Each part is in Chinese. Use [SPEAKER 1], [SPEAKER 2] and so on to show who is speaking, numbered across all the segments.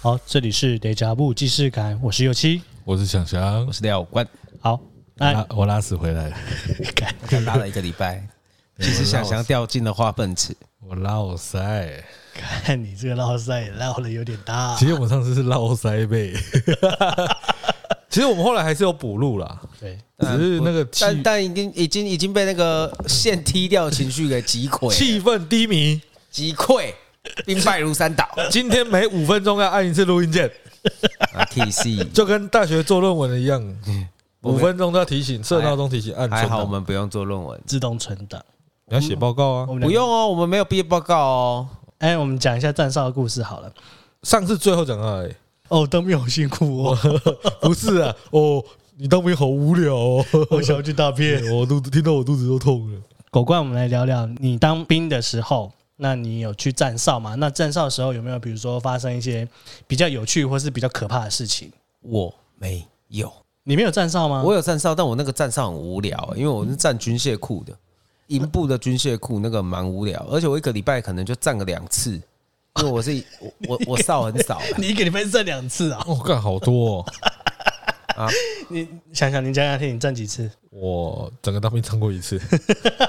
[SPEAKER 1] 好，这里是 Deja Vu 既视感，我是右七。
[SPEAKER 2] 我是想想
[SPEAKER 3] 我，是廖冠，
[SPEAKER 1] 好，哎那、
[SPEAKER 2] 拉我拉屎回来了，
[SPEAKER 3] 刚拉了一个礼 拜。其实想想掉进了花盆池，
[SPEAKER 2] 我拉我塞。
[SPEAKER 1] 看你这个绕赛也绕的有点大
[SPEAKER 2] 其，实我们上次是拉我塞背，其实我们后来还是有补录啦，
[SPEAKER 1] 对，
[SPEAKER 2] 只是那个气
[SPEAKER 3] 嗯但但已经已经已经被那个线踢掉的情绪给击溃，
[SPEAKER 2] 气氛低迷。
[SPEAKER 3] 击溃，兵败 如山倒。
[SPEAKER 2] 今天每五分钟要按一次录音键，
[SPEAKER 3] 啊，T C
[SPEAKER 2] 就跟大学做论文的一样，
[SPEAKER 3] 我
[SPEAKER 2] 五
[SPEAKER 3] 们
[SPEAKER 2] 分钟都要提醒，设闹钟提醒按
[SPEAKER 3] 还
[SPEAKER 2] 存
[SPEAKER 3] 好我
[SPEAKER 2] 档。
[SPEAKER 3] 们不用做论文，
[SPEAKER 1] 自动存档。
[SPEAKER 2] 你要写报告啊
[SPEAKER 1] 我！们两个
[SPEAKER 3] 不用哦，我们没有毕业报告哦。
[SPEAKER 1] 哎、我们讲一下站哨的故事好了。
[SPEAKER 2] 上次最后讲到哎，
[SPEAKER 1] 哦，当兵好辛苦哦，
[SPEAKER 2] 不是啊，哦，你当兵好无聊哦，
[SPEAKER 1] 我想要去大便。
[SPEAKER 2] 我肚子听到我肚子都痛了。
[SPEAKER 1] 狗冠，我们来聊聊你当兵的时候，那你有去站哨吗？那站哨的时候有没有比如说发生一些比较有趣或是比较可怕的事情？
[SPEAKER 3] 我没有，
[SPEAKER 1] 你没有站哨
[SPEAKER 2] 啊
[SPEAKER 1] 吗？
[SPEAKER 3] 我有站哨，但我那个站哨很无聊，欸因为我是站军械库的，营部的军械库那个蛮无聊，而且我一个礼拜可能就站个两次，因为我是我我我哨很少啊
[SPEAKER 1] 你一个礼拜站两次啊？
[SPEAKER 2] 哦，干好多哦！
[SPEAKER 1] 你想想，你讲讲听，你站几次？
[SPEAKER 2] 我整个当兵当过一次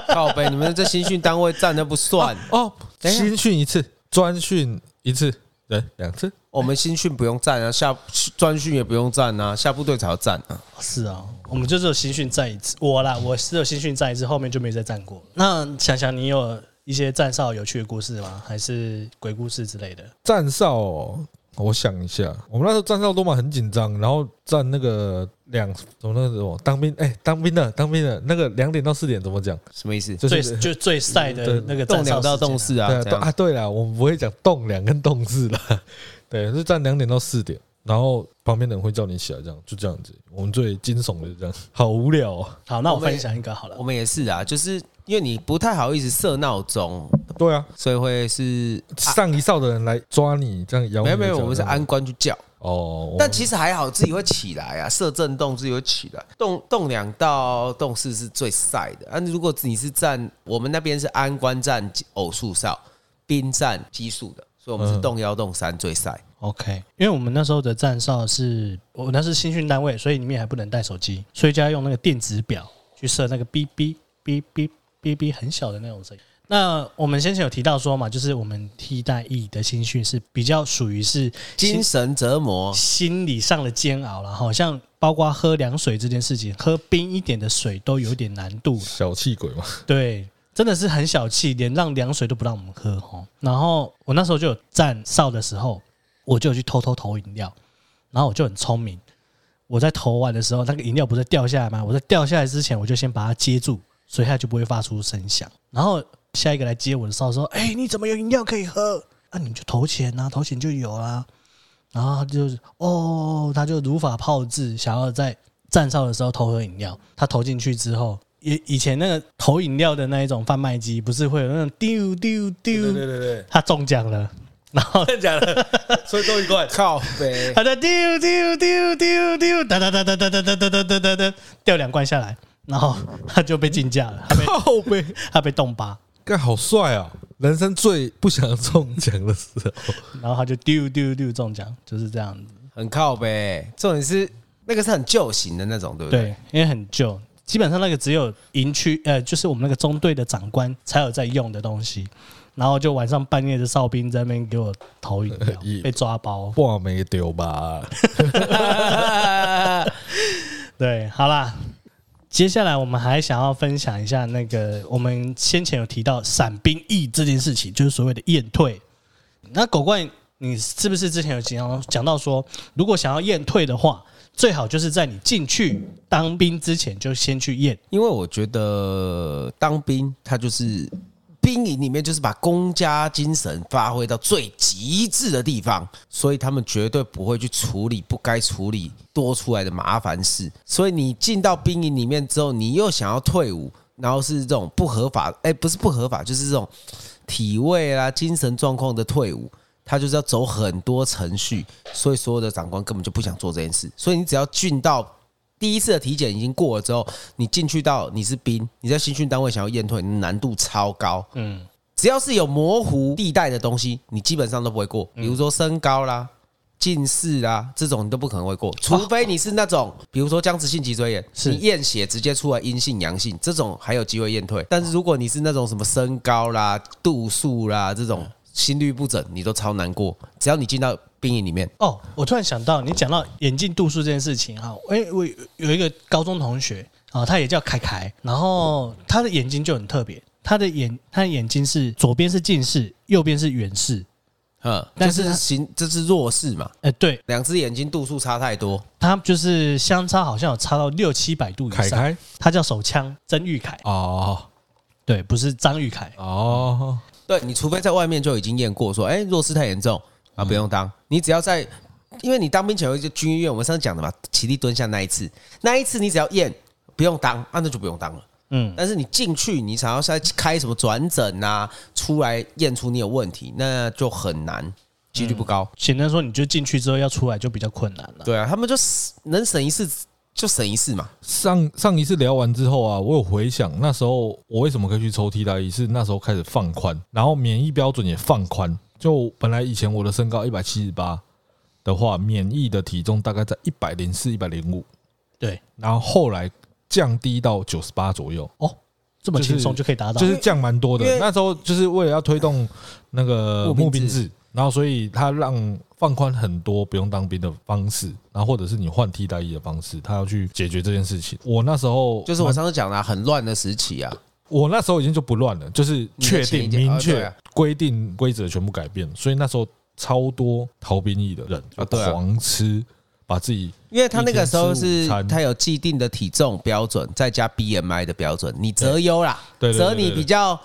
[SPEAKER 3] 靠背，你们这新训单位站的不算，
[SPEAKER 2] 哦，
[SPEAKER 3] 等一下
[SPEAKER 2] 新训一次，专训一次，对，两次。
[SPEAKER 3] 我们新训不用站啊，下专训也不用站啊，下部队才要站啊。
[SPEAKER 1] 是啊，我们就只有新训站一次，我啦，我只有新训站一次，后面就没再站过。那想想，你有一些站哨有趣的故事吗？还是鬼故事之类的？
[SPEAKER 2] 站哨、哦，我想一下，我们那时候站哨都嘛很紧张，然后站那个两怎么那个什么当兵，哎、当兵的当兵的那个两点到四点怎么讲？
[SPEAKER 3] 什么意思？
[SPEAKER 2] 就
[SPEAKER 1] 最
[SPEAKER 2] 是
[SPEAKER 1] 就最晒的
[SPEAKER 2] 对
[SPEAKER 1] 那个
[SPEAKER 3] 动
[SPEAKER 1] 站哨
[SPEAKER 3] 两到
[SPEAKER 1] 时间
[SPEAKER 3] 动四
[SPEAKER 2] 对
[SPEAKER 3] 啊，
[SPEAKER 2] 啊，
[SPEAKER 3] 这
[SPEAKER 2] 动
[SPEAKER 3] 样
[SPEAKER 2] 啊，对了，我们不会讲动两跟动四了， 对，是站两点到四点，然后旁边的人会叫你起来，这样就这样子。我们最惊悚的就这样，好无聊、哦。
[SPEAKER 1] 好，那我
[SPEAKER 3] 我们
[SPEAKER 1] 分享一个好了
[SPEAKER 3] 我。们也是啊，就是因为你不太好意思设闹钟，
[SPEAKER 2] 对啊，
[SPEAKER 3] 所以会是、啊、
[SPEAKER 2] 上一哨的人来抓你，这样摇你的脚。
[SPEAKER 3] 没有没有，我们是
[SPEAKER 2] 这样
[SPEAKER 3] 安官去叫，
[SPEAKER 2] 哦，
[SPEAKER 3] 但
[SPEAKER 2] 实
[SPEAKER 3] 其实还好，自己会起来啊，设震动自己会起来，动动两到动四是最晒的。啊，如果你是站我们那边是安官站偶数哨，兵站奇数的，所以我们是
[SPEAKER 2] 嗯
[SPEAKER 3] 动幺动三最晒。
[SPEAKER 1] OK，因为我们那时候的站哨是我那是新训单位，所以里面还不能带手机，所以就要用那个电子表去设那个哔哔哔哔哔哔很小的那种声音。那我们先前有提到说嘛，就是我们替代役的新训是比较属于是
[SPEAKER 3] 精神折磨，
[SPEAKER 1] 心理上的煎熬了，好像包括喝凉水这件事情，喝冰一点的水都有点难度了。
[SPEAKER 2] 小气鬼嘛，
[SPEAKER 1] 对，真的是很小气，连让凉水都不让我们喝哦。然后我那时候就有站哨的时候，我就有去偷偷投饮料，然后我就很聪明，我在投完的时候，那个饮料不是掉下来吗？我在掉下来之前，我就先把它接住，所以它就不会发出声响。然后下一个来接我的哨说：“哎、你怎么有饮料可以喝？啊，你们就投钱啊，投钱就有啦、然后他就是哦，他就如法炮制，想要在站哨的时候偷喝饮料。他投进去之后，以以前那个投饮料的那一种贩卖机，不是会有那种丢丢丢，
[SPEAKER 2] 对对，
[SPEAKER 1] 他中奖了，然后
[SPEAKER 2] 真假 的，所以都一罐
[SPEAKER 3] 靠背。
[SPEAKER 1] 他在丢丢丢丢丢，哒哒哒哒哒哒哒哒哒哒哒，掉两罐下来，然后他就被竞价了，他被
[SPEAKER 2] 靠背，
[SPEAKER 1] 他被冻巴，
[SPEAKER 2] 干好帅啊！人生最不想中奖的时 候，，
[SPEAKER 1] 然后他就丢丢丢中奖，就是这样子。
[SPEAKER 3] 很靠呗。重点是那个是很旧型的那种，对不对？
[SPEAKER 1] 对，因为很旧，基本上那个只有营区呃，就是我们那个中队的长官才有在用的东西。然后就晚上半夜的哨兵在那边给我投饮 料
[SPEAKER 2] 一
[SPEAKER 1] 被抓包。
[SPEAKER 2] 哇，没丢 吧？
[SPEAKER 1] 对，好啦，接下来我们还想要分享一下那个我们先前有提到散兵役这件事情，就是所谓的验退。那狗怪，你是不是之前有讲到讲到说，如果想要验退的话，最好就是在你进去当兵之前就先去验。
[SPEAKER 3] 因为我觉得当兵，他就是兵营里面就是把公家精神发挥到最极致的地方，所以他们绝对不会去处理不该处理多出来的麻烦事。所以你进到兵营里面之后，你又想要退伍，然后是这种不合法，哎，不是不合法，就是这种体位啊、精神状况的退伍。他就是要走很多程序，所以所有的长官根本就不想做这件事。所以你只要进到第一次的体检已经过了之后，你进去到你是兵，你在新训单位想要验退，难度超高。
[SPEAKER 1] 嗯，嗯
[SPEAKER 3] 只要是有模糊地带的东西，你基本上都不会过，比如说身高啦、近视啊这种你都不可能会过，除非你是那种，比如说僵直性脊椎炎，
[SPEAKER 1] 哦是
[SPEAKER 3] 你验血直接出来阴性阳性，这种还有机会验退。但是如果你是那种什么身高啦、度数啦这
[SPEAKER 1] 嗯
[SPEAKER 3] 种心律不整，你都超难过。只要你进到兵营里面，
[SPEAKER 1] 哦，我突然想到，你讲到眼镜度数这件事情哈，因为我有有一个高中同学啊，他也叫凯凯，然后他的眼睛就很特别，他的眼他的眼睛是左边是近视，右边是远视，
[SPEAKER 3] 嗯，
[SPEAKER 1] 但
[SPEAKER 3] 就是是行这是弱势嘛，
[SPEAKER 1] 哎、对
[SPEAKER 3] 两只眼睛度数差太多，
[SPEAKER 1] 他就是相差好像有差到六七百度以
[SPEAKER 2] 凯
[SPEAKER 1] 上。
[SPEAKER 2] 凯
[SPEAKER 1] 他叫手枪曾玉凯，
[SPEAKER 2] 哦
[SPEAKER 1] 对，不是张玉凯。
[SPEAKER 2] 哦，
[SPEAKER 3] 对你除非在外面就已经验过说，哎，弱势太严重啊，不用当，你只要在。因为你当兵前有一个军医院，我们上次讲的嘛，起立蹲下那一次，那一次你只要验不用当，啊那就不用当了。
[SPEAKER 1] 嗯，
[SPEAKER 3] 但是你进去，你想要再开什么转诊啊，出来验出你有问题，那就很难，几率不高。
[SPEAKER 1] 简单说，你就进去之后要出来就比较困难了。
[SPEAKER 3] 对啊，他们就是能省一次就省一次嘛。
[SPEAKER 2] 上上一次聊完之后啊，我有回想那时候我为什么可以去抽替代役，是那时候开始放宽，然后免疫标准也放宽。就本来以前我的身高一百七十八的话，免疫的体重大概在一百零四、一百零五，
[SPEAKER 1] 对，
[SPEAKER 2] 然后后来降低到九十八左右，
[SPEAKER 1] 哦，这么
[SPEAKER 2] 就是
[SPEAKER 1] 轻松就可以达到，
[SPEAKER 2] 就是降蛮多的
[SPEAKER 3] 因为。
[SPEAKER 2] 那时候就是为了要推动那个
[SPEAKER 3] 募
[SPEAKER 2] 募
[SPEAKER 3] 兵
[SPEAKER 2] 兵
[SPEAKER 3] 制
[SPEAKER 2] 制，然后所以他让放宽很多不用当兵的方式，然后或者是你换替代役的方式，他要去解决这件事情。我那时候
[SPEAKER 3] 就是我上次讲的啊、很乱的时期啊，
[SPEAKER 2] 我那时候已经就不乱了，就是确
[SPEAKER 3] 你的前一
[SPEAKER 2] 定
[SPEAKER 3] 届
[SPEAKER 2] 明
[SPEAKER 3] 啊对
[SPEAKER 2] 确
[SPEAKER 3] 啊
[SPEAKER 2] 规定规则全部改变，所以那时候超多逃兵役的人就
[SPEAKER 3] 啊对啊
[SPEAKER 2] 狂吃，把自己
[SPEAKER 3] 因为他那个时候
[SPEAKER 2] 一天吃
[SPEAKER 3] 是
[SPEAKER 2] 午餐
[SPEAKER 3] 他有既定的体重标准，再加 BMI 的标准，你择优啦，
[SPEAKER 2] 对对对
[SPEAKER 3] 择你
[SPEAKER 2] 对对
[SPEAKER 3] 比较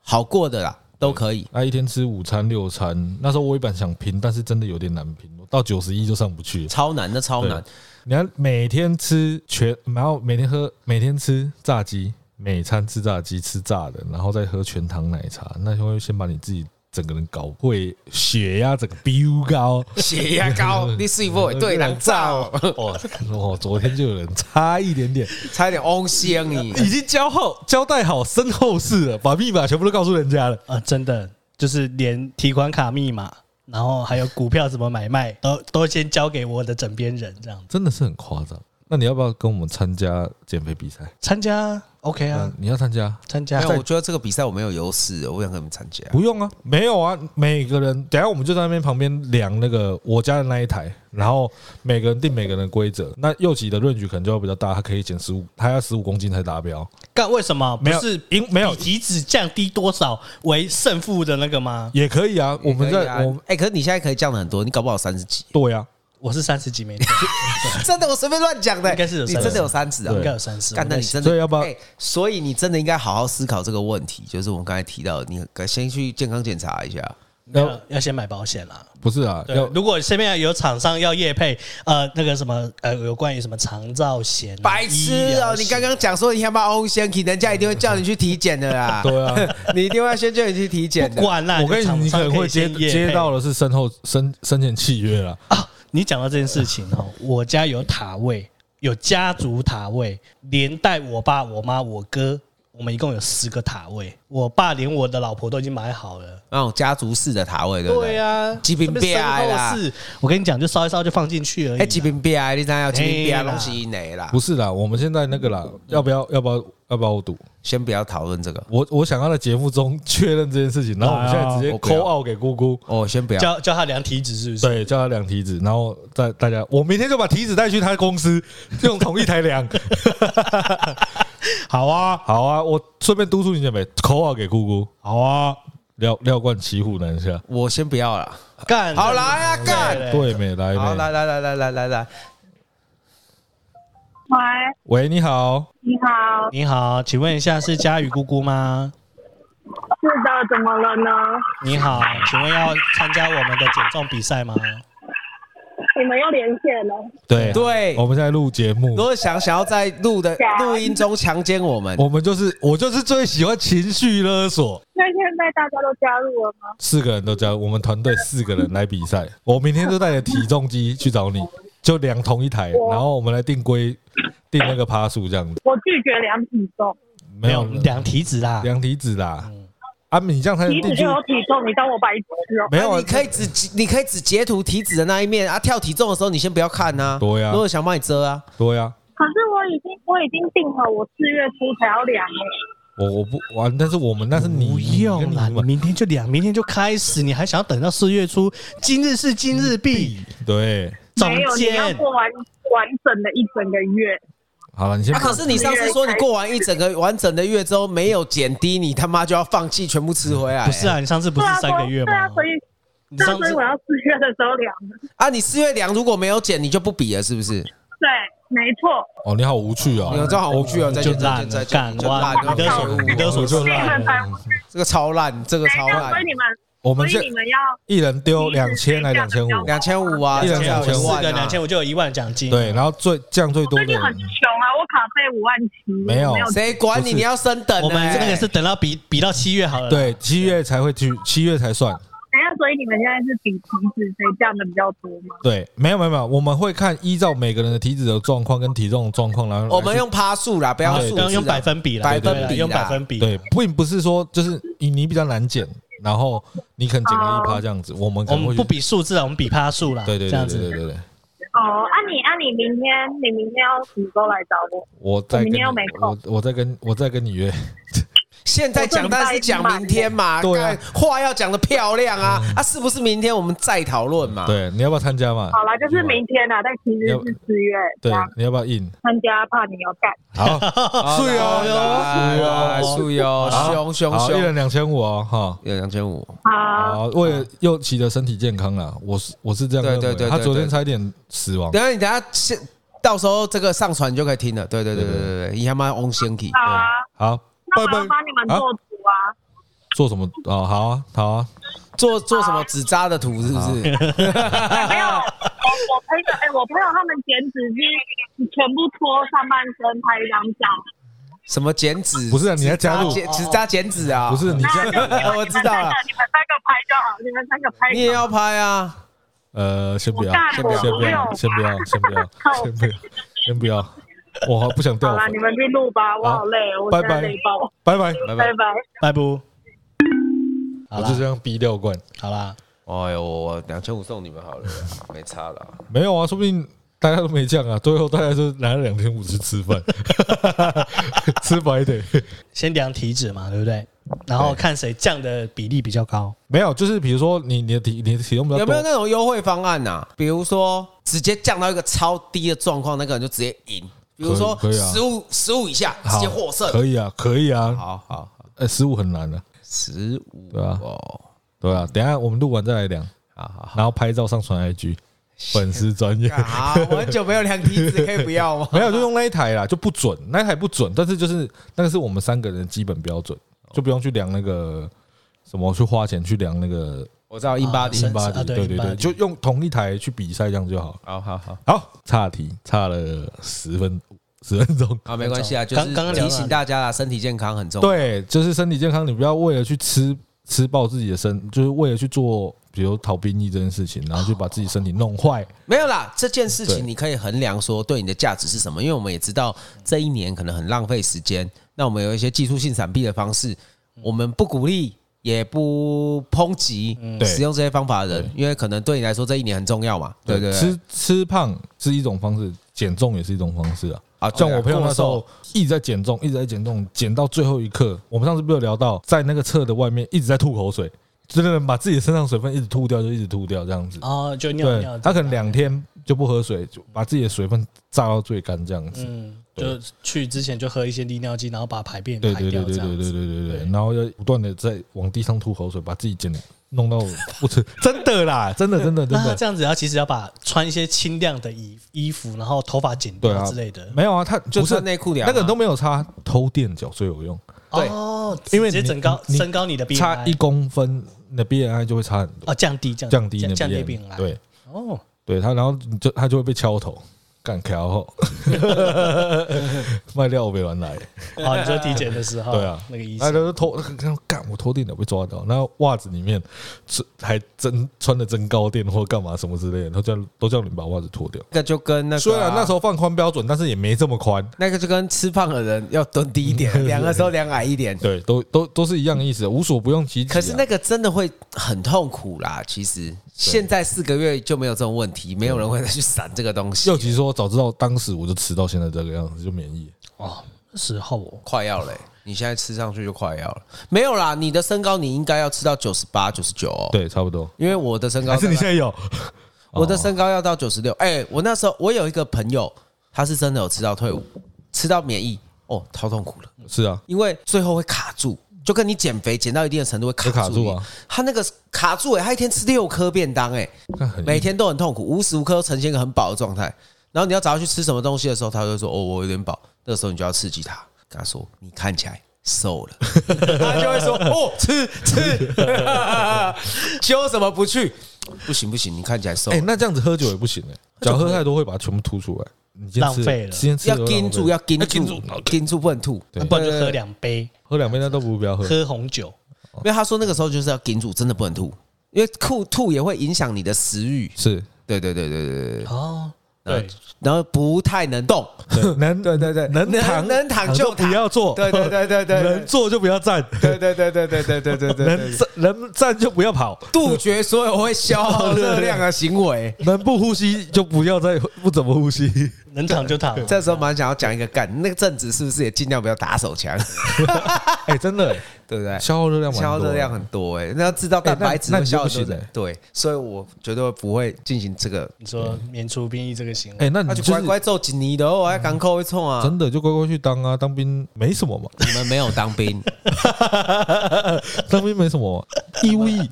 [SPEAKER 3] 好过的啦，都可以。
[SPEAKER 2] 啊那一天吃午餐六餐。那时候我原本想拼，但是真的有点难拼，我到九十一就上不去了。
[SPEAKER 3] 超难的超难，
[SPEAKER 2] 你要每天吃全，然后每天喝，每天吃炸鸡，每餐吃炸鸡，吃炸的，然后再喝全糖奶茶，那就会先把你自己整个人搞会血压整个飙高。
[SPEAKER 3] 血压 高，你是否对人照，
[SPEAKER 2] 哦，哦，昨天就有人差一点点，
[SPEAKER 3] 差一点翁香你。
[SPEAKER 2] 已经交后交代好身后事了，把密码全部都告诉人家了。
[SPEAKER 1] 呃，真的就是连提款卡密码，然后还有股票怎么买卖，都都先交给我的枕边人这样
[SPEAKER 2] 真的是很夸张。那你要不要跟我们参加减肥比赛？
[SPEAKER 1] 参加 OK 啊
[SPEAKER 2] 嗯，，你要参加？
[SPEAKER 1] 参
[SPEAKER 3] 没
[SPEAKER 1] 加
[SPEAKER 3] 有，我觉得这个比赛我没有优势，我不想跟你们参加。
[SPEAKER 2] 啊不用啊，没有啊，每个人等一下我们就在那边旁边量那个我家的那一台，然后每个人定每个人的规则。那右起的论据可能就会比较大，他可以减十五，他要十五公斤才达标，
[SPEAKER 1] 干为什么？不
[SPEAKER 2] 没有
[SPEAKER 1] 是
[SPEAKER 2] 因没有
[SPEAKER 1] 比体脂降低多少为胜负的那个吗？
[SPEAKER 2] 也可以啊。我们
[SPEAKER 3] 可以
[SPEAKER 2] 在
[SPEAKER 3] 啊
[SPEAKER 2] 我们
[SPEAKER 3] 哎、可是你现在可以降了很多，你搞不好三 十几，
[SPEAKER 2] 对啊，
[SPEAKER 1] 我是三十几没错，
[SPEAKER 3] 真的，我随便乱讲的、
[SPEAKER 1] 应该是有
[SPEAKER 3] 你
[SPEAKER 1] 30
[SPEAKER 3] 真的有三十啊
[SPEAKER 1] 我？应该有三十。
[SPEAKER 3] 干，那你真的，
[SPEAKER 2] 所以要不要
[SPEAKER 3] 哎所以你真的应该好好思考这个问题，就是我们刚才提到的，你先去健康检查一下。
[SPEAKER 1] 要要要先买保险啦。
[SPEAKER 2] 不是啊，
[SPEAKER 1] 对
[SPEAKER 2] 要，
[SPEAKER 1] 如果身边有厂商要业配，呃，那个什么，呃，有关于什么长照险、啊
[SPEAKER 3] 白痴
[SPEAKER 1] 医
[SPEAKER 3] 哦、
[SPEAKER 1] 疗
[SPEAKER 3] 你
[SPEAKER 1] 险
[SPEAKER 3] 刚刚讲说你要不要 o 先 k 人家一定会叫你去体检的啦。
[SPEAKER 2] 对 啊。
[SPEAKER 3] 你一定会先叫你去体检
[SPEAKER 1] 不
[SPEAKER 3] 的。
[SPEAKER 1] 管啦，
[SPEAKER 2] 我跟你，
[SPEAKER 1] 厂
[SPEAKER 2] 你可
[SPEAKER 1] 商
[SPEAKER 2] 能会
[SPEAKER 1] 以
[SPEAKER 2] 接
[SPEAKER 1] 先业
[SPEAKER 2] 接
[SPEAKER 1] 配
[SPEAKER 2] 到的是身后生生前契约了，
[SPEAKER 1] 啊，你讲到这件事情哦，我家有塔位，有家族塔位，连带我爸、我妈、我哥，我们一共有十个塔位。我爸连我的老婆都已经买好了。
[SPEAKER 3] 那种家族式的塔位，对不对？
[SPEAKER 1] 对啊，
[SPEAKER 3] 鸡饼
[SPEAKER 1] 这边
[SPEAKER 3] 饼啊啦
[SPEAKER 1] 身后事我跟你讲，就烧一烧就放进去而已啦。
[SPEAKER 3] 哎，疾病病啊，你知道疾病病啊，
[SPEAKER 1] 嘿啦
[SPEAKER 3] 东西哪啦
[SPEAKER 2] 不？是啦。我们现在那个啦，要不要要不要要不要我赌？
[SPEAKER 3] 先不要讨论这个，
[SPEAKER 2] 我我想要在节目中确认这件事情，然后我们现在直
[SPEAKER 3] 哎
[SPEAKER 2] 接
[SPEAKER 3] 呦我不要
[SPEAKER 2] 扣奥给姑姑。
[SPEAKER 3] 哦，先不要。
[SPEAKER 1] 教教他量体脂是不是？
[SPEAKER 2] 对，叫他量体脂，然后再大家，我明天就把体脂带去他公司，用同一台 量。好啊，好啊，我顺便督促你姐妹口号给姑姑。好啊，廖廖冠骑虎难下，
[SPEAKER 3] 我先不要了。
[SPEAKER 1] 干
[SPEAKER 3] 好来啊，干！
[SPEAKER 1] 对
[SPEAKER 2] 对没来
[SPEAKER 3] 好，
[SPEAKER 2] 没？
[SPEAKER 3] 来来来来来来来，
[SPEAKER 4] 喂，
[SPEAKER 2] 喂，你好，
[SPEAKER 4] 你好，
[SPEAKER 1] 你好，请问一下是佳宇姑姑吗？
[SPEAKER 4] 是的，怎么了呢？
[SPEAKER 1] 你好，请问要参加我们的减重比赛吗？
[SPEAKER 4] 你们又连线了，
[SPEAKER 2] 对
[SPEAKER 3] 对
[SPEAKER 2] 我们在录节目
[SPEAKER 3] 如，果想想要在录的录音中强奸我们，
[SPEAKER 2] 我们就是我就是最喜欢情绪勒索。
[SPEAKER 4] 那现在大家都加入了吗？
[SPEAKER 2] 四个人都加入，我们团队四个人来比 赛。我明天就带着体重机去找你，就量同一台，然后我们来定规定那个趴数这样子。
[SPEAKER 4] 我拒绝量体重，
[SPEAKER 2] 没有
[SPEAKER 1] 量体脂啦。
[SPEAKER 2] 量体脂啦，啊，你这样才能
[SPEAKER 4] 体
[SPEAKER 2] 定
[SPEAKER 4] 脂
[SPEAKER 2] 出
[SPEAKER 4] 就有体重，你当我白痴哦、
[SPEAKER 2] 没有
[SPEAKER 3] 啊
[SPEAKER 2] 啊？
[SPEAKER 3] 你可以只你可以只截图体脂的那一面啊，跳体重的时候你先不要看呐、
[SPEAKER 2] 对啊
[SPEAKER 3] 如果想帮你遮啊，
[SPEAKER 2] 对呀、啊，
[SPEAKER 4] 可是我已经我已经定好，我四月初才要量了。
[SPEAKER 2] 我我不玩，但是我们那是你
[SPEAKER 1] 不用啦，
[SPEAKER 2] 了，
[SPEAKER 1] 你明天就两，明天就开始，你还想要等到四月初？今日是今日毕，
[SPEAKER 2] 对，
[SPEAKER 1] 总
[SPEAKER 4] 没有，你要
[SPEAKER 1] 监
[SPEAKER 4] 过完完整的一整个月。
[SPEAKER 2] 好了，你先
[SPEAKER 3] 啊，可是你上次说你过完一整个完整的月之后没有减低，你他妈就要放弃全部吃回来、
[SPEAKER 1] 不是？啊？你上次不
[SPEAKER 4] 对
[SPEAKER 1] 是
[SPEAKER 4] 啊，
[SPEAKER 1] 三个月
[SPEAKER 4] 对啊，
[SPEAKER 1] 吗？
[SPEAKER 4] 所以
[SPEAKER 1] 你
[SPEAKER 4] 对啊，
[SPEAKER 1] 上
[SPEAKER 4] 所以
[SPEAKER 1] 次
[SPEAKER 4] 我要四月的时候量的。
[SPEAKER 3] 啊，你四月量如果没有减，你就不比了，是不是？
[SPEAKER 4] 对，没错。
[SPEAKER 2] 哦，你好无趣啊、
[SPEAKER 3] 你有这好无趣哦，再
[SPEAKER 1] 就
[SPEAKER 3] 见再
[SPEAKER 1] 烂
[SPEAKER 3] 见再
[SPEAKER 1] 了，
[SPEAKER 3] 见，
[SPEAKER 1] 干
[SPEAKER 3] 就
[SPEAKER 1] 哇！
[SPEAKER 3] 烂
[SPEAKER 1] 你的手，你的手就
[SPEAKER 4] 所以你
[SPEAKER 1] 烂了。
[SPEAKER 4] 们反，
[SPEAKER 3] 这个超烂，啊这个
[SPEAKER 4] 等
[SPEAKER 3] 超
[SPEAKER 4] 一下，
[SPEAKER 3] 烂
[SPEAKER 4] 所以，你们，
[SPEAKER 2] 我们
[SPEAKER 4] 所
[SPEAKER 2] 现
[SPEAKER 4] 以你们要
[SPEAKER 2] 一人丢两千来两千五，
[SPEAKER 3] 两千五啊，
[SPEAKER 2] 一人
[SPEAKER 3] 这样才
[SPEAKER 2] 2500
[SPEAKER 3] 有一
[SPEAKER 1] 四
[SPEAKER 3] 万
[SPEAKER 1] 个
[SPEAKER 3] 啊
[SPEAKER 1] 两千，我就有一万奖金。
[SPEAKER 2] 对，然后最降最多
[SPEAKER 4] 最
[SPEAKER 2] 的
[SPEAKER 4] 近很穷啊，我卡费五万七，
[SPEAKER 2] 没有
[SPEAKER 3] 谁管
[SPEAKER 2] 不
[SPEAKER 3] 你？
[SPEAKER 2] 是
[SPEAKER 3] 你要升等、欸，
[SPEAKER 1] 我们这个是等到比比到七月好了。，
[SPEAKER 2] 对，七月才会去，七月才算。
[SPEAKER 4] 等一下，哎所以你们现在是比体脂谁降的比较多吗？
[SPEAKER 2] 对，没有没有没有，我们会看依照每个人的体脂的状况跟体重的状况，然后来
[SPEAKER 3] 我们
[SPEAKER 2] 去
[SPEAKER 3] 用趴数啦，不要
[SPEAKER 2] 对
[SPEAKER 3] 数字
[SPEAKER 1] 要
[SPEAKER 3] 啊，
[SPEAKER 1] 用百分比啦，
[SPEAKER 3] 百分
[SPEAKER 1] 对啦
[SPEAKER 3] 比啦
[SPEAKER 1] 用百分比。
[SPEAKER 2] 对，并不是说就是你你比较难减，然后你可能减个一趴这样子，我们可
[SPEAKER 1] 我
[SPEAKER 2] 能会
[SPEAKER 1] 们
[SPEAKER 2] 去
[SPEAKER 1] 不，比数字啊，我们比趴数啦。
[SPEAKER 2] 对对
[SPEAKER 1] 这
[SPEAKER 2] 对
[SPEAKER 1] 样
[SPEAKER 2] 对对
[SPEAKER 1] 子。
[SPEAKER 2] 对对，
[SPEAKER 4] 哦，啊你啊你明天你明天要什么时候来找我？
[SPEAKER 2] 我再跟
[SPEAKER 4] 明
[SPEAKER 2] 你
[SPEAKER 4] 天又没
[SPEAKER 2] 我我再跟我再跟你约，
[SPEAKER 3] 现在讲，但是讲明天嘛，
[SPEAKER 2] 对啊
[SPEAKER 3] 干话要讲的漂亮啊，
[SPEAKER 1] 嗯
[SPEAKER 3] 啊，是不是明天我们再讨论
[SPEAKER 1] 啊
[SPEAKER 3] 嘛？，
[SPEAKER 2] 对，你要不要参加嘛？
[SPEAKER 4] 好啦，就是明天啊，但其实是四月这
[SPEAKER 2] 对
[SPEAKER 4] 样，
[SPEAKER 2] 你要不要应？
[SPEAKER 4] 参加，怕你要干。
[SPEAKER 2] 好，素
[SPEAKER 3] 哟，
[SPEAKER 2] 哟，
[SPEAKER 3] 啊来素哟，
[SPEAKER 2] 啊好
[SPEAKER 3] 凶凶
[SPEAKER 2] 好，一人
[SPEAKER 3] 凶，
[SPEAKER 2] 两千五哦，哈。
[SPEAKER 3] 有两千五，
[SPEAKER 4] 好，
[SPEAKER 2] 啊，为了佑琪的身体健康啦，我是我是这样
[SPEAKER 3] 对
[SPEAKER 2] 认为
[SPEAKER 3] 对
[SPEAKER 2] 的。
[SPEAKER 3] 对对
[SPEAKER 2] 他昨
[SPEAKER 3] 对
[SPEAKER 2] 天差一点死亡。
[SPEAKER 3] 等一下你等一下现到时候这个上传就可以听了，对对对对对对，你他妈 on 先体，
[SPEAKER 4] 好啊，
[SPEAKER 2] 好，
[SPEAKER 4] 那
[SPEAKER 2] 拜
[SPEAKER 4] 我要
[SPEAKER 2] 拜。
[SPEAKER 4] 帮你们做图啊。
[SPEAKER 2] 做什么？哦，好啊，好啊，
[SPEAKER 3] 做做什么纸扎的图是不是？啊
[SPEAKER 4] 没有，我我朋友，哎、我朋友他们剪纸机全部脱上半身拍一张照，
[SPEAKER 3] 什么剪纸？
[SPEAKER 2] 不是啊你要加入哦
[SPEAKER 3] 纸扎剪纸扎剪纸啊？
[SPEAKER 2] 不是你这样，
[SPEAKER 3] 啊， 我知道了，
[SPEAKER 4] 你们三个拍就好，你们三个拍。
[SPEAKER 3] 你也要拍啊？
[SPEAKER 2] 呃，先不要，先
[SPEAKER 4] 我
[SPEAKER 2] 不
[SPEAKER 4] 干
[SPEAKER 2] 要，先不要，
[SPEAKER 4] 我
[SPEAKER 2] 先不要，先不要，先不要，先不要，我不想掉
[SPEAKER 4] 好啦，
[SPEAKER 2] 粉
[SPEAKER 4] 你。们去录吧，我好累，我
[SPEAKER 2] 拜
[SPEAKER 4] 现
[SPEAKER 2] 拜
[SPEAKER 4] 在累爆，
[SPEAKER 2] 拜拜，
[SPEAKER 3] 拜拜
[SPEAKER 4] 拜。拜。
[SPEAKER 1] 拜不。好
[SPEAKER 2] 我就
[SPEAKER 1] 啦
[SPEAKER 2] 这，样逼掉罐。
[SPEAKER 1] 好啦，
[SPEAKER 3] 哎呦，我两千五送你们好了啦，没差了。
[SPEAKER 2] 没有啊，说不定大家都没降啊，最后大家就拿了两千五十吃饭， 吃白的。
[SPEAKER 1] 先量体脂嘛，对不对？然后看谁降的比例比较高。
[SPEAKER 2] 没有，就是比如说你你的体你的体重比较
[SPEAKER 3] 有没有
[SPEAKER 2] 多，
[SPEAKER 3] 那种优惠方案呐、比如说直接降到一个超低的状况，那个人就直接赢。比如说
[SPEAKER 2] 可以可以啊
[SPEAKER 3] 十五十五以下直
[SPEAKER 2] 好
[SPEAKER 3] 接获胜。
[SPEAKER 2] 可以啊，可以啊。
[SPEAKER 3] 好好好，
[SPEAKER 2] 呃，十五很难的、
[SPEAKER 3] 十五
[SPEAKER 2] 对啊
[SPEAKER 3] 哦，
[SPEAKER 2] 对啊，等一下我们录完再来量，
[SPEAKER 3] 好好好。
[SPEAKER 2] 然后拍照上传 IG，粉丝专业。
[SPEAKER 3] 啊，我很久没有量体脂，可以不要吗？
[SPEAKER 2] 没有，就用那一台啦，就不准，那一台不准，但是就是那个是我们三个人的基本标准，
[SPEAKER 3] 哦
[SPEAKER 2] 就不用去量那个什么，去花钱去量那个
[SPEAKER 3] 我知道硬巴
[SPEAKER 1] 身
[SPEAKER 3] 底
[SPEAKER 1] 体。
[SPEAKER 2] 巴
[SPEAKER 1] 啊
[SPEAKER 2] 黎，
[SPEAKER 1] 对
[SPEAKER 2] 对对对，
[SPEAKER 1] InBody
[SPEAKER 2] 就用同一台去比赛这样就好。
[SPEAKER 3] 好好好，
[SPEAKER 2] 好，差题差了十分十分钟，
[SPEAKER 3] 啊，没关系啊，就
[SPEAKER 1] 刚
[SPEAKER 3] 是
[SPEAKER 1] 刚刚聊到
[SPEAKER 3] 提
[SPEAKER 1] 哪
[SPEAKER 3] 醒
[SPEAKER 1] 里
[SPEAKER 3] 大家啦，身体健康很重 要。
[SPEAKER 2] 对，就是身体健康，你不要为了去吃吃爆自己的身，就是为了去做比如逃兵役这件事情，然后就把自己身体弄坏。
[SPEAKER 3] 没有啦，这件事
[SPEAKER 2] 对
[SPEAKER 3] 情你可以衡量说对你的价值是什么，因为我们也知道这一年可能很浪费时间，那我们有一些技术性闪避的方式，我们不鼓励。也不抨击
[SPEAKER 2] 对
[SPEAKER 3] 使用这些方法的人，因为可能对你来说这一年很重要嘛，对不对？
[SPEAKER 2] 吃吃胖是一种方式，减重也是一种方式啊。
[SPEAKER 3] 啊，
[SPEAKER 2] 像
[SPEAKER 3] 对啊
[SPEAKER 2] 我朋友那时，
[SPEAKER 3] 过
[SPEAKER 2] 候一直在减重，一直在减重，减到最后一刻，我们上次不是有聊到，在那个厕的外面一直在吐口水，真的把自己身上水分一直吐掉，就一直吐掉这样子。
[SPEAKER 1] 哦，就尿
[SPEAKER 2] 对
[SPEAKER 1] 尿。，
[SPEAKER 2] 他可能两天就不喝水，就把自己的水分榨到最干这样子。
[SPEAKER 1] 嗯，
[SPEAKER 2] 对
[SPEAKER 1] 就去之前就喝一些利尿剂，然后把排便
[SPEAKER 2] 对
[SPEAKER 1] 排
[SPEAKER 2] 对对
[SPEAKER 1] 掉
[SPEAKER 2] 对
[SPEAKER 1] 这样
[SPEAKER 2] 对对
[SPEAKER 1] 子。
[SPEAKER 2] 对对对，
[SPEAKER 1] 对
[SPEAKER 2] 然后要不断的在往地上吐口水，把自己减弄到 不吃，真的啦，真的真的真
[SPEAKER 1] 那他
[SPEAKER 2] 的。
[SPEAKER 1] 啊这样子要其实要把穿一些轻量的衣衣服，然后头发剪
[SPEAKER 2] 对啊
[SPEAKER 1] 掉之类的。
[SPEAKER 2] 没有啊，他
[SPEAKER 3] 就
[SPEAKER 2] 就
[SPEAKER 3] 不
[SPEAKER 2] 是
[SPEAKER 3] 穿内裤的，
[SPEAKER 2] 那个都没有差，偷垫脚最有用，
[SPEAKER 3] 对
[SPEAKER 1] 哦，
[SPEAKER 2] 因为
[SPEAKER 1] 直接
[SPEAKER 2] 你
[SPEAKER 1] 整高
[SPEAKER 2] 你
[SPEAKER 1] 升高你的 BMI，
[SPEAKER 2] 差一公分，你的 BMI 就会差很多，
[SPEAKER 1] 哦，降低降
[SPEAKER 2] 降低你的
[SPEAKER 1] 降低
[SPEAKER 2] BMI，
[SPEAKER 1] BMI。
[SPEAKER 2] 对
[SPEAKER 1] 哦，
[SPEAKER 2] 对，他然后你就他就会被敲头，干 开后， 卖料被乱来，
[SPEAKER 1] 好，哦你说体检的时候，
[SPEAKER 2] 对啊，
[SPEAKER 1] 那个医
[SPEAKER 2] 那
[SPEAKER 1] 生，
[SPEAKER 2] 就偷那个干，我偷电脑被抓到，那袜子里面是还真穿的真高垫或干嘛什么之类的，都叫都叫你把袜子脱掉。
[SPEAKER 3] 那个就跟那个啊、
[SPEAKER 2] 虽然那时候放宽标准，但是也没这么宽，
[SPEAKER 3] 那个就跟吃胖的人要蹲低一点，量的时候量矮一点。
[SPEAKER 2] 嗯对，都都都是一样的意思，无所不用其极啊。
[SPEAKER 3] 可是那个真的会很痛苦啦。其实现在四个月就没有这种问题，没有人会再去闪这个东西
[SPEAKER 2] 又。其实说早知道当时我就吃到现在这个样子，就免疫。
[SPEAKER 1] 哦，那时候哦
[SPEAKER 3] 快要嘞、你现在吃上去就快要了。没有啦，你的身高你应该要吃到九十八、九十九哦。，
[SPEAKER 2] 对，差不多。
[SPEAKER 3] 因为我的身高
[SPEAKER 2] 还是你现在哦有？
[SPEAKER 3] 我的身高要到九十六。哎，我那时候我有一个朋友，他是真的有吃到退伍，吃到免疫，哦，超痛苦了，
[SPEAKER 2] 是啊，
[SPEAKER 3] 因为最后会卡住，就跟你减肥减到一定的程度会卡住
[SPEAKER 2] 会卡住
[SPEAKER 3] 你
[SPEAKER 2] 啊。
[SPEAKER 3] 他那个卡住哎、他一天吃六颗便当哎、
[SPEAKER 2] 那很
[SPEAKER 3] 每天都很痛苦，无时无刻都呈现一个很饱的状态。然后你要找他去吃什么东西的时候，他就会说：“哦，我有点饱。”那时候你就要刺激他，跟他说：“你看起来瘦了。” 他就会说：“哦，吃吃， 揪什么不去？不行不行，你看起来瘦了。
[SPEAKER 2] 哎、那这样子喝酒也不行哎、只要喝太多会把它全部吐出来，你今天吃
[SPEAKER 1] 浪费了
[SPEAKER 2] 今天吃
[SPEAKER 3] 要
[SPEAKER 2] 了
[SPEAKER 3] 盯住，要
[SPEAKER 2] 浪费
[SPEAKER 3] 盯
[SPEAKER 2] 要
[SPEAKER 3] 住，盯住不能吐。
[SPEAKER 2] 对
[SPEAKER 1] 那不然就喝两杯，
[SPEAKER 2] 喝两杯那都不如不要喝。
[SPEAKER 1] 喝红酒，
[SPEAKER 3] 因为他说那个时候就是要盯住，真的不能吐，因为吐吐也会影响你的食欲。
[SPEAKER 2] 是，
[SPEAKER 3] 对对对对对对，
[SPEAKER 1] 哦，对，
[SPEAKER 3] 然后不太能动，
[SPEAKER 2] 对 能对对对，能
[SPEAKER 3] 能
[SPEAKER 2] 躺
[SPEAKER 3] 能躺就
[SPEAKER 2] 不要坐，
[SPEAKER 3] 对对对对对对
[SPEAKER 2] 能坐就不要站，
[SPEAKER 3] 对对对对对对对对对
[SPEAKER 2] 能站能站就不要跑，
[SPEAKER 3] 杜绝所有会消耗热量的行为。
[SPEAKER 2] 能不呼吸就不要再不怎么呼 吸。
[SPEAKER 1] 能躺就躺，
[SPEAKER 3] 这时候蛮想要讲一个干，那个阵子是不是也尽量不要打手枪，
[SPEAKER 2] 哎、真的、
[SPEAKER 3] 对不对？
[SPEAKER 2] 消耗热量蛮多的
[SPEAKER 3] 哎消耗热量很多哎、那要制造蛋白质
[SPEAKER 2] 哎那那
[SPEAKER 3] 会
[SPEAKER 2] 你就
[SPEAKER 3] 消耗
[SPEAKER 2] 不
[SPEAKER 3] 热
[SPEAKER 2] 行
[SPEAKER 3] 量
[SPEAKER 2] 欸，
[SPEAKER 3] 对，所以我绝对不会进行这个。
[SPEAKER 1] 你说免除兵役这个行
[SPEAKER 2] 哎、
[SPEAKER 1] 为，
[SPEAKER 2] 那
[SPEAKER 3] 他
[SPEAKER 2] 你
[SPEAKER 3] 就
[SPEAKER 2] 就
[SPEAKER 3] 乖
[SPEAKER 2] 是
[SPEAKER 3] 乖揍几泥的哦，还港口会冲啊！
[SPEAKER 2] 真的就乖乖去当啊，当兵没什么嘛，
[SPEAKER 3] 你们没有当兵，
[SPEAKER 2] 当兵没什么义务 役，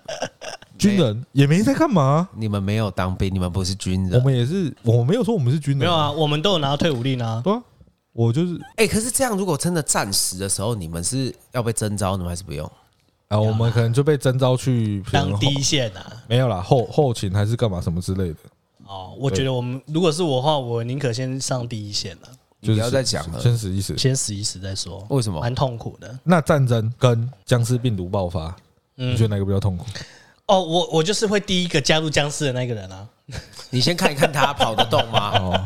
[SPEAKER 2] 军人也没在干嘛啊、
[SPEAKER 3] 你们没有当兵，你们不是啊军
[SPEAKER 2] 我
[SPEAKER 3] 人。
[SPEAKER 2] 们也是，我没有说我们是军人，
[SPEAKER 1] 没有，啊，我们都有拿到退伍令啊，
[SPEAKER 2] 对啊，我就是
[SPEAKER 3] 哎、可是这样，如果真的战时的时候，你们是要被征召，你们还是不用？
[SPEAKER 2] 啊，我们可能就被征召去比如
[SPEAKER 1] 当
[SPEAKER 2] 后
[SPEAKER 1] 第一线啊，
[SPEAKER 2] 没有啦，后后勤还是干嘛什么之类的，
[SPEAKER 1] 哦，我觉得我们如果是我的话，我宁可先上第一线了、
[SPEAKER 3] 你不要再讲了。
[SPEAKER 2] 先死一死。
[SPEAKER 1] 先死一死再说。
[SPEAKER 3] 为什么
[SPEAKER 1] 蛮痛苦的。
[SPEAKER 2] 那战争跟僵尸病毒爆发，你觉得哪个比较痛苦？
[SPEAKER 1] 哦，我我就是会第一个加入僵尸的那个人啊，
[SPEAKER 3] 你先看一看他跑得动 吗？
[SPEAKER 2] 哦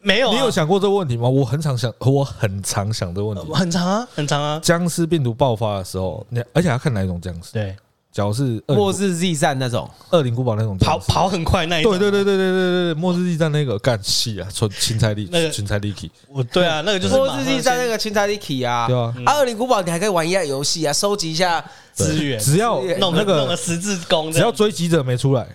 [SPEAKER 1] 没有、啊，
[SPEAKER 2] 你有想过这个问题吗？我很常想，我很常想这个问题。
[SPEAKER 1] 很长啊，很长啊，
[SPEAKER 2] 僵尸病毒爆发的时候，你而且要看哪一种僵尸，
[SPEAKER 1] 对，
[SPEAKER 2] 假如是恶
[SPEAKER 3] 末
[SPEAKER 2] 灵
[SPEAKER 3] 日 Z 战那种，
[SPEAKER 2] 恶灵古堡那种僵
[SPEAKER 1] 跑
[SPEAKER 2] 尸，
[SPEAKER 1] 跑很快那一种
[SPEAKER 2] 对对对对对对对，末日地战那个干戏啊，纯芹菜力
[SPEAKER 1] 那个
[SPEAKER 2] 芹菜力气，
[SPEAKER 1] 我对啊，那个就是
[SPEAKER 3] 末
[SPEAKER 1] 马上
[SPEAKER 3] 日地战那
[SPEAKER 1] 先
[SPEAKER 3] 个青菜 l i 啊，
[SPEAKER 2] 对啊
[SPEAKER 3] 啊，恶灵古堡你还可以玩一下游戏啊，收集一下，
[SPEAKER 1] 资源，
[SPEAKER 2] 只要
[SPEAKER 3] 资源
[SPEAKER 1] 弄
[SPEAKER 2] 那
[SPEAKER 1] 个弄个
[SPEAKER 2] 个
[SPEAKER 1] 十字弓这
[SPEAKER 2] 只要
[SPEAKER 1] 样，
[SPEAKER 2] 追击者没出来，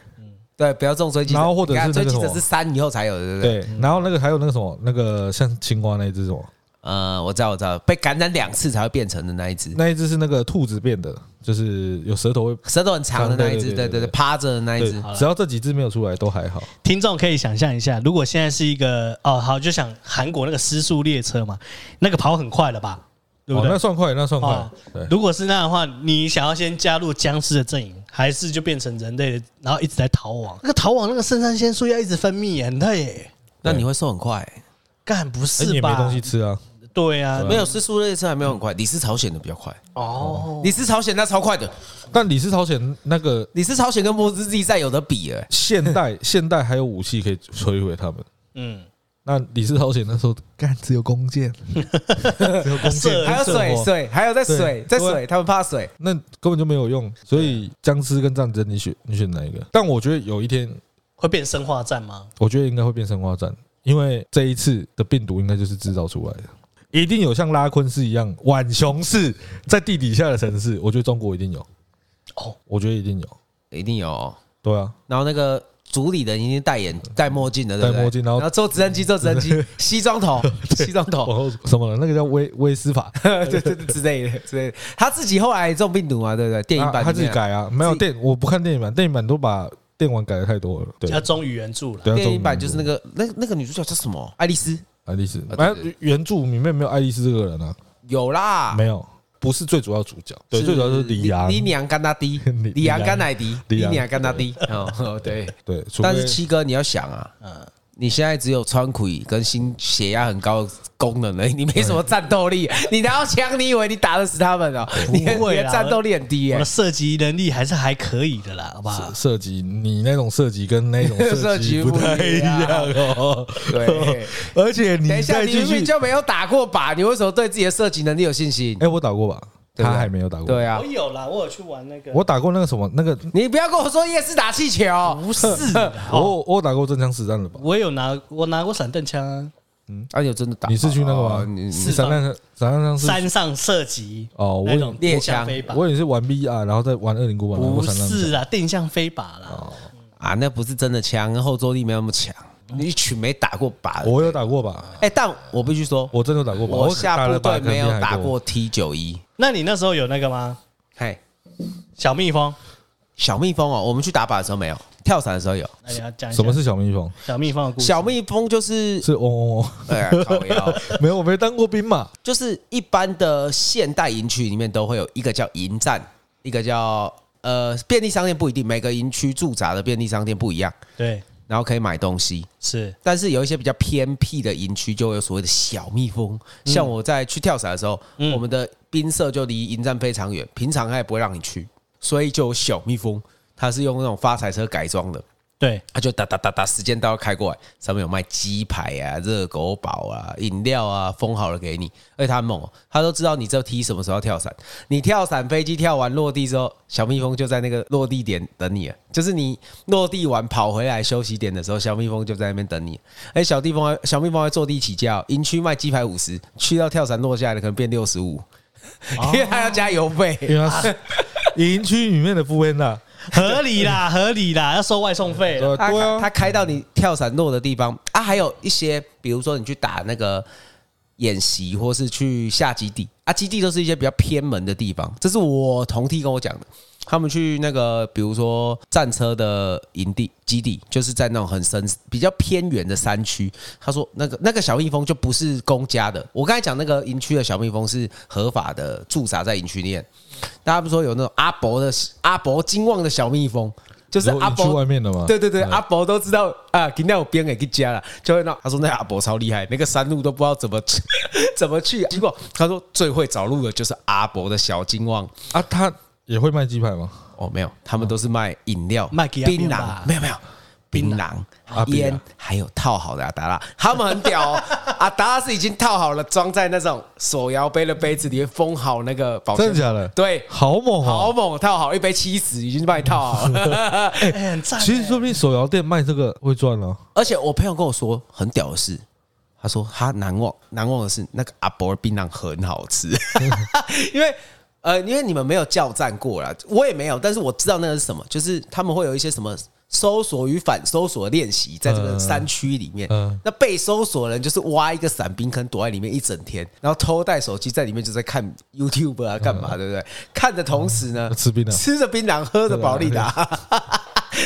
[SPEAKER 3] 对，不要中追击者，
[SPEAKER 2] 然后或者是
[SPEAKER 3] 你看
[SPEAKER 2] 那
[SPEAKER 3] 追
[SPEAKER 2] 个什
[SPEAKER 3] 击
[SPEAKER 2] 么
[SPEAKER 3] 者是三以后才有的，对不对？
[SPEAKER 2] 对，然后那个还有那个什么，那个像青蛙那一只什么，
[SPEAKER 3] 呃，我知道，我知道，被感染两次才会变成的那一只，
[SPEAKER 2] 那一只是那个兔子变的，就是有舌头会。
[SPEAKER 3] 舌头很长的那一只，
[SPEAKER 2] 长对对
[SPEAKER 3] 对对
[SPEAKER 2] 对
[SPEAKER 3] 对，
[SPEAKER 2] 对
[SPEAKER 3] 趴着的那一
[SPEAKER 2] 对
[SPEAKER 3] 只，，
[SPEAKER 2] 只要这几只没有出来都还好。
[SPEAKER 1] 听众可以想象一下，如果现在是一个哦，好，就想韩国那个失速列车嘛，那个跑很快了吧，对不
[SPEAKER 2] 哦
[SPEAKER 1] 对？
[SPEAKER 2] 那算快，那算快
[SPEAKER 1] 哦。
[SPEAKER 2] 对，哎
[SPEAKER 1] 如果是那样的话，你想要先加入僵尸的阵营，还是就变成人类的，然后一直在逃亡？那个逃亡那个肾上腺素要一直分泌耶，很累耶。
[SPEAKER 3] 那你会瘦很快、
[SPEAKER 1] 干不
[SPEAKER 2] 哎你
[SPEAKER 1] 是
[SPEAKER 2] 也没
[SPEAKER 1] 吧？
[SPEAKER 2] 东西吃啊，
[SPEAKER 1] 对啊，
[SPEAKER 3] 没有失速列车还没有很快，你是朝鲜的比较快，
[SPEAKER 1] 哦，
[SPEAKER 3] 你是朝鲜那超快的，
[SPEAKER 2] 但李斯朝鲜那个
[SPEAKER 3] 你是朝鲜跟末日 Z 战有的比了、
[SPEAKER 2] 现代现代还有武器可以摧毁他们。
[SPEAKER 1] 嗯，
[SPEAKER 2] 那李斯朝鲜那时候干只有弓箭， 只有弓
[SPEAKER 1] 射
[SPEAKER 2] 箭，
[SPEAKER 3] 还有水
[SPEAKER 2] 射火
[SPEAKER 3] 水，还有在水
[SPEAKER 2] 对
[SPEAKER 3] 在
[SPEAKER 2] 对
[SPEAKER 3] 水，他们怕水，
[SPEAKER 2] 那根本就没有用。所以僵尸跟战争，你选你选哪一个？但我觉得有一天，
[SPEAKER 1] 会变生化战吗？
[SPEAKER 2] 我觉得应该会变生化战，因为这一次的病毒应该就是制造出来的，一定有像拉昆市一样，浣熊市在地底下的城市，我觉得中国一定有。
[SPEAKER 1] 哦，
[SPEAKER 2] 我觉得一定有。
[SPEAKER 3] 一定有、哦。
[SPEAKER 2] 对啊，
[SPEAKER 3] 然后那个主理人已经戴眼戴墨镜了，对不对
[SPEAKER 2] 戴墨镜然后
[SPEAKER 3] 然后坐直升机，坐直升机，西 装头，西装头，
[SPEAKER 2] 往 后什么了？那个叫威威斯法，
[SPEAKER 3] 对对对之类的之类的。他自己后来中病毒嘛，对不对？电影版
[SPEAKER 2] 他他自己
[SPEAKER 3] 里面啊，
[SPEAKER 2] 改啊，没有
[SPEAKER 3] 自
[SPEAKER 2] 电，我不看电影版，电影版都把电玩改的太多了。对
[SPEAKER 1] 要，忠于原著了。
[SPEAKER 2] 对啊
[SPEAKER 3] 电影版就是那个那那个女主角叫什么？爱啊丽丝
[SPEAKER 2] 爱丽丝，
[SPEAKER 3] 对
[SPEAKER 2] 反正原著里面没有爱丽丝这个人啊，
[SPEAKER 3] 有啦，
[SPEAKER 2] 没有，不是最主要主角，对，
[SPEAKER 3] 是
[SPEAKER 2] 最主要是李阳
[SPEAKER 3] 李，娘甘纳迪，
[SPEAKER 2] 李
[SPEAKER 3] 李阳甘乃迪，
[SPEAKER 2] 李
[SPEAKER 3] 李
[SPEAKER 2] 阳
[SPEAKER 3] 娘甘纳迪。哦，对。
[SPEAKER 2] 对，除非
[SPEAKER 3] 但是七哥，你要想啊，
[SPEAKER 1] 嗯，
[SPEAKER 3] 你现在只有穿苦跟心血压很高的功能而已，你 没什么战斗力。你拿到枪，你以为你打得死他们哦？
[SPEAKER 2] 啊
[SPEAKER 3] 你的
[SPEAKER 1] 不会
[SPEAKER 3] 你
[SPEAKER 1] 啦
[SPEAKER 3] 的战斗力很低
[SPEAKER 1] 我
[SPEAKER 3] 耶
[SPEAKER 1] 的。射击能力还是还可以的啦，好不好？
[SPEAKER 2] 射击，你那种射击跟 那种射
[SPEAKER 3] 射
[SPEAKER 2] 击
[SPEAKER 3] 击
[SPEAKER 2] 不
[SPEAKER 3] 不
[SPEAKER 2] 太一
[SPEAKER 3] 一
[SPEAKER 2] 样
[SPEAKER 3] 样
[SPEAKER 2] 哦。
[SPEAKER 3] 对，
[SPEAKER 2] 而且你
[SPEAKER 3] 等一下，
[SPEAKER 2] 再
[SPEAKER 3] 你
[SPEAKER 2] 继
[SPEAKER 3] 明
[SPEAKER 2] 续
[SPEAKER 3] 明，就没有打过靶，你为什么对自己的射击能力有信心？
[SPEAKER 2] 哎，我打过吧？
[SPEAKER 3] 对不
[SPEAKER 2] 他
[SPEAKER 3] 对
[SPEAKER 2] 还没有打过。
[SPEAKER 3] 对，啊
[SPEAKER 1] 我，有啦，我有去玩那个，
[SPEAKER 2] 我打过那个什么那个，
[SPEAKER 3] 你不要跟我说夜市打气球，
[SPEAKER 1] 不 是啦哦，
[SPEAKER 2] 我我打过真枪实弹的吧？
[SPEAKER 1] 我有拿我拿过散弹枪啊，
[SPEAKER 3] 啊，有真的打靶？
[SPEAKER 2] 你是去那个吗
[SPEAKER 3] 哦你你
[SPEAKER 1] 是
[SPEAKER 2] 散弹散弹枪是
[SPEAKER 1] 山上射击
[SPEAKER 2] 哦，我
[SPEAKER 1] 那
[SPEAKER 2] 以
[SPEAKER 1] 种
[SPEAKER 3] 猎
[SPEAKER 1] 定向
[SPEAKER 3] 枪
[SPEAKER 1] 飞靶，
[SPEAKER 2] 我也是玩 VR，然后再玩二零古堡，然后
[SPEAKER 1] 不
[SPEAKER 2] 散弹枪
[SPEAKER 1] 是啦，定向飞靶啦，
[SPEAKER 2] 哦
[SPEAKER 3] 啊，那不是真的枪，后坐力没那么强。你一群没打过靶的，
[SPEAKER 2] 我有打过吧？
[SPEAKER 3] 哎，但我必须说，
[SPEAKER 2] 我真的有打过吧？
[SPEAKER 3] 我
[SPEAKER 2] 打
[SPEAKER 3] 下部
[SPEAKER 2] 了吧
[SPEAKER 3] 队没有打。
[SPEAKER 2] 肯定还
[SPEAKER 3] 过 T 九一，
[SPEAKER 1] 那你那时候有那个吗？
[SPEAKER 3] 嘿，
[SPEAKER 1] 小蜜蜂，
[SPEAKER 3] 小蜜蜂哦，我们去打靶的时候没有，跳伞的时候有。
[SPEAKER 1] 那你要讲一下
[SPEAKER 2] 什么是小蜜蜂？
[SPEAKER 1] 小蜜蜂的故事？
[SPEAKER 3] 小蜜蜂就是，
[SPEAKER 2] 是嗡嗡嗡，
[SPEAKER 3] 哎呀，靠腰，
[SPEAKER 2] 没有，我没当过兵
[SPEAKER 3] 啊
[SPEAKER 2] 嘛。
[SPEAKER 3] 就是一般的现代营区里面都会有一个叫营站，一个叫呃便利商店，不一定每个营区驻扎的便利商店不一样，
[SPEAKER 1] 对，
[SPEAKER 3] 然后可以买东西。
[SPEAKER 1] 是
[SPEAKER 3] 但是有一些比较偏僻的营区，就会有所谓的小蜜蜂。像我在去跳伞的时候，我们的兵舍就离营站非常远，平常他也不会让你去，所以就有小蜜蜂，它是用那种发财车改装的，
[SPEAKER 1] 对，
[SPEAKER 3] 它就哒哒哒哒，时间到了开过来，上面有卖鸡排啊、热狗堡啊、饮料啊，封好了给你。而且它很猛、哦，它都知道你这踢什么时候要跳伞。你跳伞，飞机跳完落地之后，小蜜蜂就在那个落地点等你了。就是你落地完跑回来休息点的时候，小蜜蜂就在那边等你。哎，小蜜蜂还小蜜蜂还坐地起价哦、营区卖鸡排五十，去到跳伞落下来的可能变六十五，因为它要加油费。
[SPEAKER 2] 因为它是营区里面的副班呐，
[SPEAKER 1] 合理 啦，合理啦，要收外送费啦。
[SPEAKER 2] 对
[SPEAKER 3] 他
[SPEAKER 2] 啊，
[SPEAKER 3] 他开到你跳伞落的地方啊，还有一些，比如说你去打那个演习，或是去下基地啊，基地都是一些比较偏门的地方。这是我同梯跟我讲的，他们去那个比如说战车的营地基地，就是在那种很深、比较偏远的山区。他说那个那个小蜜蜂就不是公家的，我刚才讲那个营区的小蜜蜂是合法的驻扎在营区里面。大家不是说有那种阿伯的阿伯金旺的小蜜蜂，就是
[SPEAKER 2] 你说
[SPEAKER 3] 阿
[SPEAKER 2] 营
[SPEAKER 3] 伯
[SPEAKER 2] 区外面的嘛
[SPEAKER 3] 对对对，阿伯都知道啊，今天有编给去加了，就会让他说那阿伯超厉害，那个山路都不知道怎么 怎么去、结果他说最会找路的就是阿伯的小金旺。
[SPEAKER 2] 啊，他也会卖鸡排吗？
[SPEAKER 3] 哦，没有，他们都是卖饮料、
[SPEAKER 1] 卖给他
[SPEAKER 3] 槟
[SPEAKER 1] 面
[SPEAKER 3] 榔
[SPEAKER 1] 吧，
[SPEAKER 3] 没有没有。槟榔
[SPEAKER 2] 啊、槟榔
[SPEAKER 3] 烟，还有套好的阿达拉，他们很屌 哦。阿达拉是已经套好了，装在那种手摇杯的杯子里面，封好那个保鲜
[SPEAKER 2] 真的假的
[SPEAKER 3] 对，
[SPEAKER 2] 好猛
[SPEAKER 3] 好
[SPEAKER 2] 哦！
[SPEAKER 3] 猛，套好一杯七十，已经帮你套好了。
[SPEAKER 1] 哎，很赞欸。
[SPEAKER 2] 其实说不定手摇店卖这个会赚哦。
[SPEAKER 3] 而且我朋友跟我说很屌的是，他说他难忘难忘的是那个阿伯的槟榔很好吃， 因为呃，因为你们没有叫战过啦，我也没有，但是我知道那个是什么，就是他们会有一些什么。搜索与反搜索的练习，在这个山区里面，
[SPEAKER 2] 嗯嗯
[SPEAKER 3] 那被搜索的人就是挖一个伞冰坑，躲在里面一整天，然后偷带手机在里面就在看 YouTube 啊，干嘛，对不对？看的同时呢，
[SPEAKER 2] 嗯吃槟榔
[SPEAKER 3] 吃着槟榔，喝着宝利达，
[SPEAKER 1] 啊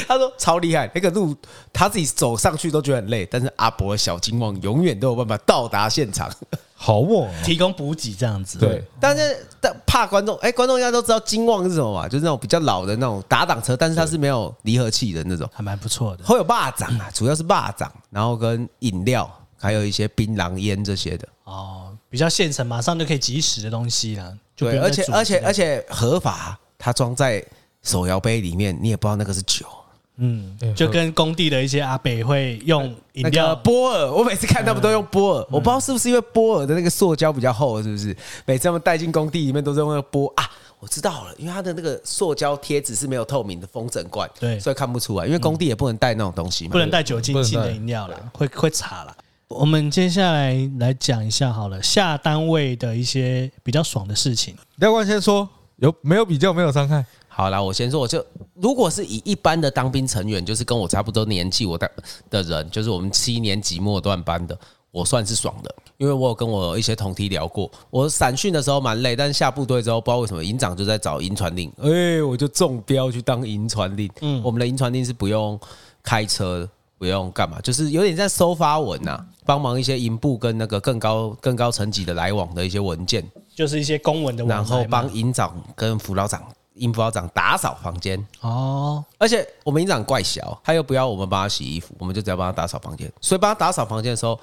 [SPEAKER 3] 他说超厉害，那个路他自己走上去都觉得很累，但是阿伯的小金旺永远都有办法到达 现场。
[SPEAKER 2] 好猛哦！
[SPEAKER 1] 提供补给这样子。
[SPEAKER 2] 对，
[SPEAKER 3] 但是但怕观众，哎、观众应该都知道金旺是什么嘛，就是那种比较老的那种打挡车，但是它是没有离合器的那种，
[SPEAKER 1] 还蛮不错的。
[SPEAKER 3] 会有霸掌啊，主要是霸掌，然后跟饮料，还有一些槟榔烟这些的。
[SPEAKER 1] 哦，比较现成，马上就可以及时的东西啦。就不
[SPEAKER 3] 对，
[SPEAKER 1] 用
[SPEAKER 3] 而
[SPEAKER 1] 再
[SPEAKER 3] 且
[SPEAKER 1] 煮
[SPEAKER 3] 而且
[SPEAKER 1] 之类的
[SPEAKER 3] 而且合法，它装在手摇杯里面，你也不知道那个是酒。
[SPEAKER 2] 哎
[SPEAKER 1] 嗯，就跟工地的一些阿北会用饮
[SPEAKER 3] 那个
[SPEAKER 1] 料嗯
[SPEAKER 3] 波尔，我每次看他们都用波尔，我不知道是不是因为波尔的那个塑胶比较厚，是不是？每次他们带进工地里面都是用那个波啊，我知道了，因为它的那个塑胶贴纸是没有透明的风筝罐，
[SPEAKER 1] 对
[SPEAKER 3] 所以看不出来，因为工地也不能带那种东西嘛，
[SPEAKER 1] 不能带酒精性
[SPEAKER 2] 不能
[SPEAKER 1] 的
[SPEAKER 2] 带
[SPEAKER 1] 饮料啦，会会查啦。我们接下来来讲一下好了，下单位的一些比较爽的事情。
[SPEAKER 2] 廖冠先说，有没有比较没有伤害？。
[SPEAKER 3] 好啦，我先说，我就如果是以一般的当兵成员，就是跟我差不多年纪我的的人，就是我们七年级末段班的，我算是爽的，因为我有跟我一些同梯聊过，我散训的时候蛮累，但是下部队之后，不知道为什么营长就在找营传令，哎、我就中标去当营传令。嗯，我们的营传令是不用开车的。不用干嘛，就是有点在收发文呐、帮忙一些营部跟那个更高更高层级的来往的一些文件，
[SPEAKER 1] 就是一些公文的往
[SPEAKER 3] 然
[SPEAKER 1] 来嘛，
[SPEAKER 3] 后帮营长跟辅导长营辅导长打扫房间，
[SPEAKER 1] 哦，
[SPEAKER 3] 而且我们营长怪小，他又不要我们帮他洗衣服，我们就只要帮他打扫房间。所以帮他打扫房间的时候，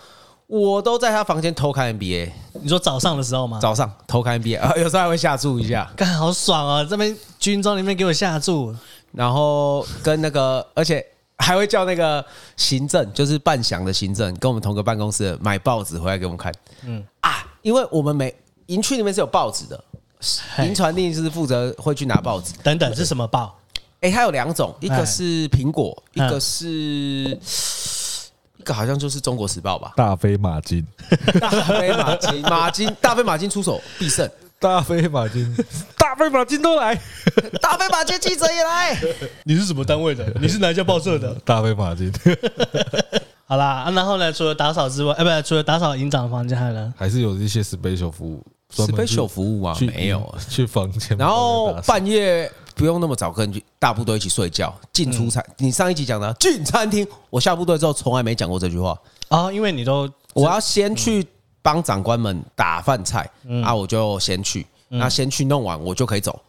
[SPEAKER 3] 我都在他房间偷看 NBA，
[SPEAKER 1] 你说早上的时候吗？
[SPEAKER 3] 早上偷看 NBA，啊，有 时候还会下注一下。
[SPEAKER 1] 干好爽啊！这边军中里面给我下注，
[SPEAKER 3] 然后跟那个，而且还会叫那个行政，就是半响的行政，跟我们同个办公室的买报纸回来给我们看。嗯啊，因为我们每营区里面是有报纸的，
[SPEAKER 1] 嘿
[SPEAKER 3] 营传令就是负责会去拿报纸。
[SPEAKER 1] 等等是什么报？
[SPEAKER 3] 哎，它有两种，一个是苹果，一
[SPEAKER 1] 嗯
[SPEAKER 3] 个是一个好像就是中国时报吧
[SPEAKER 2] 大飞马金，
[SPEAKER 3] 大飞马金，马金大飞马金出手必胜，
[SPEAKER 2] 大飞马金，大飞马金都来，
[SPEAKER 3] 大飞马金记者也来。
[SPEAKER 1] 你是什么单位的？你是哪一家报社的？
[SPEAKER 2] 大飞马 金
[SPEAKER 1] 好啦，啊然后呢？除了打扫之外，哎、不，除了打扫营长的房间，还有呢？
[SPEAKER 2] 还是有一些 special 服务专门去
[SPEAKER 3] Special 服务吗
[SPEAKER 2] 去
[SPEAKER 3] 没有
[SPEAKER 2] 去房间，
[SPEAKER 3] 然后
[SPEAKER 2] 帮人打扫
[SPEAKER 3] 半夜不用那么早跟大部队一起睡觉，进
[SPEAKER 2] 嗯
[SPEAKER 3] 出餐。你上一集讲的啊进餐厅，我下部队之后从来没讲过这句话。
[SPEAKER 1] 哦，因为你都
[SPEAKER 3] 我要先去帮长官们打饭菜，啊，我就先去，那先去弄完我就可以走。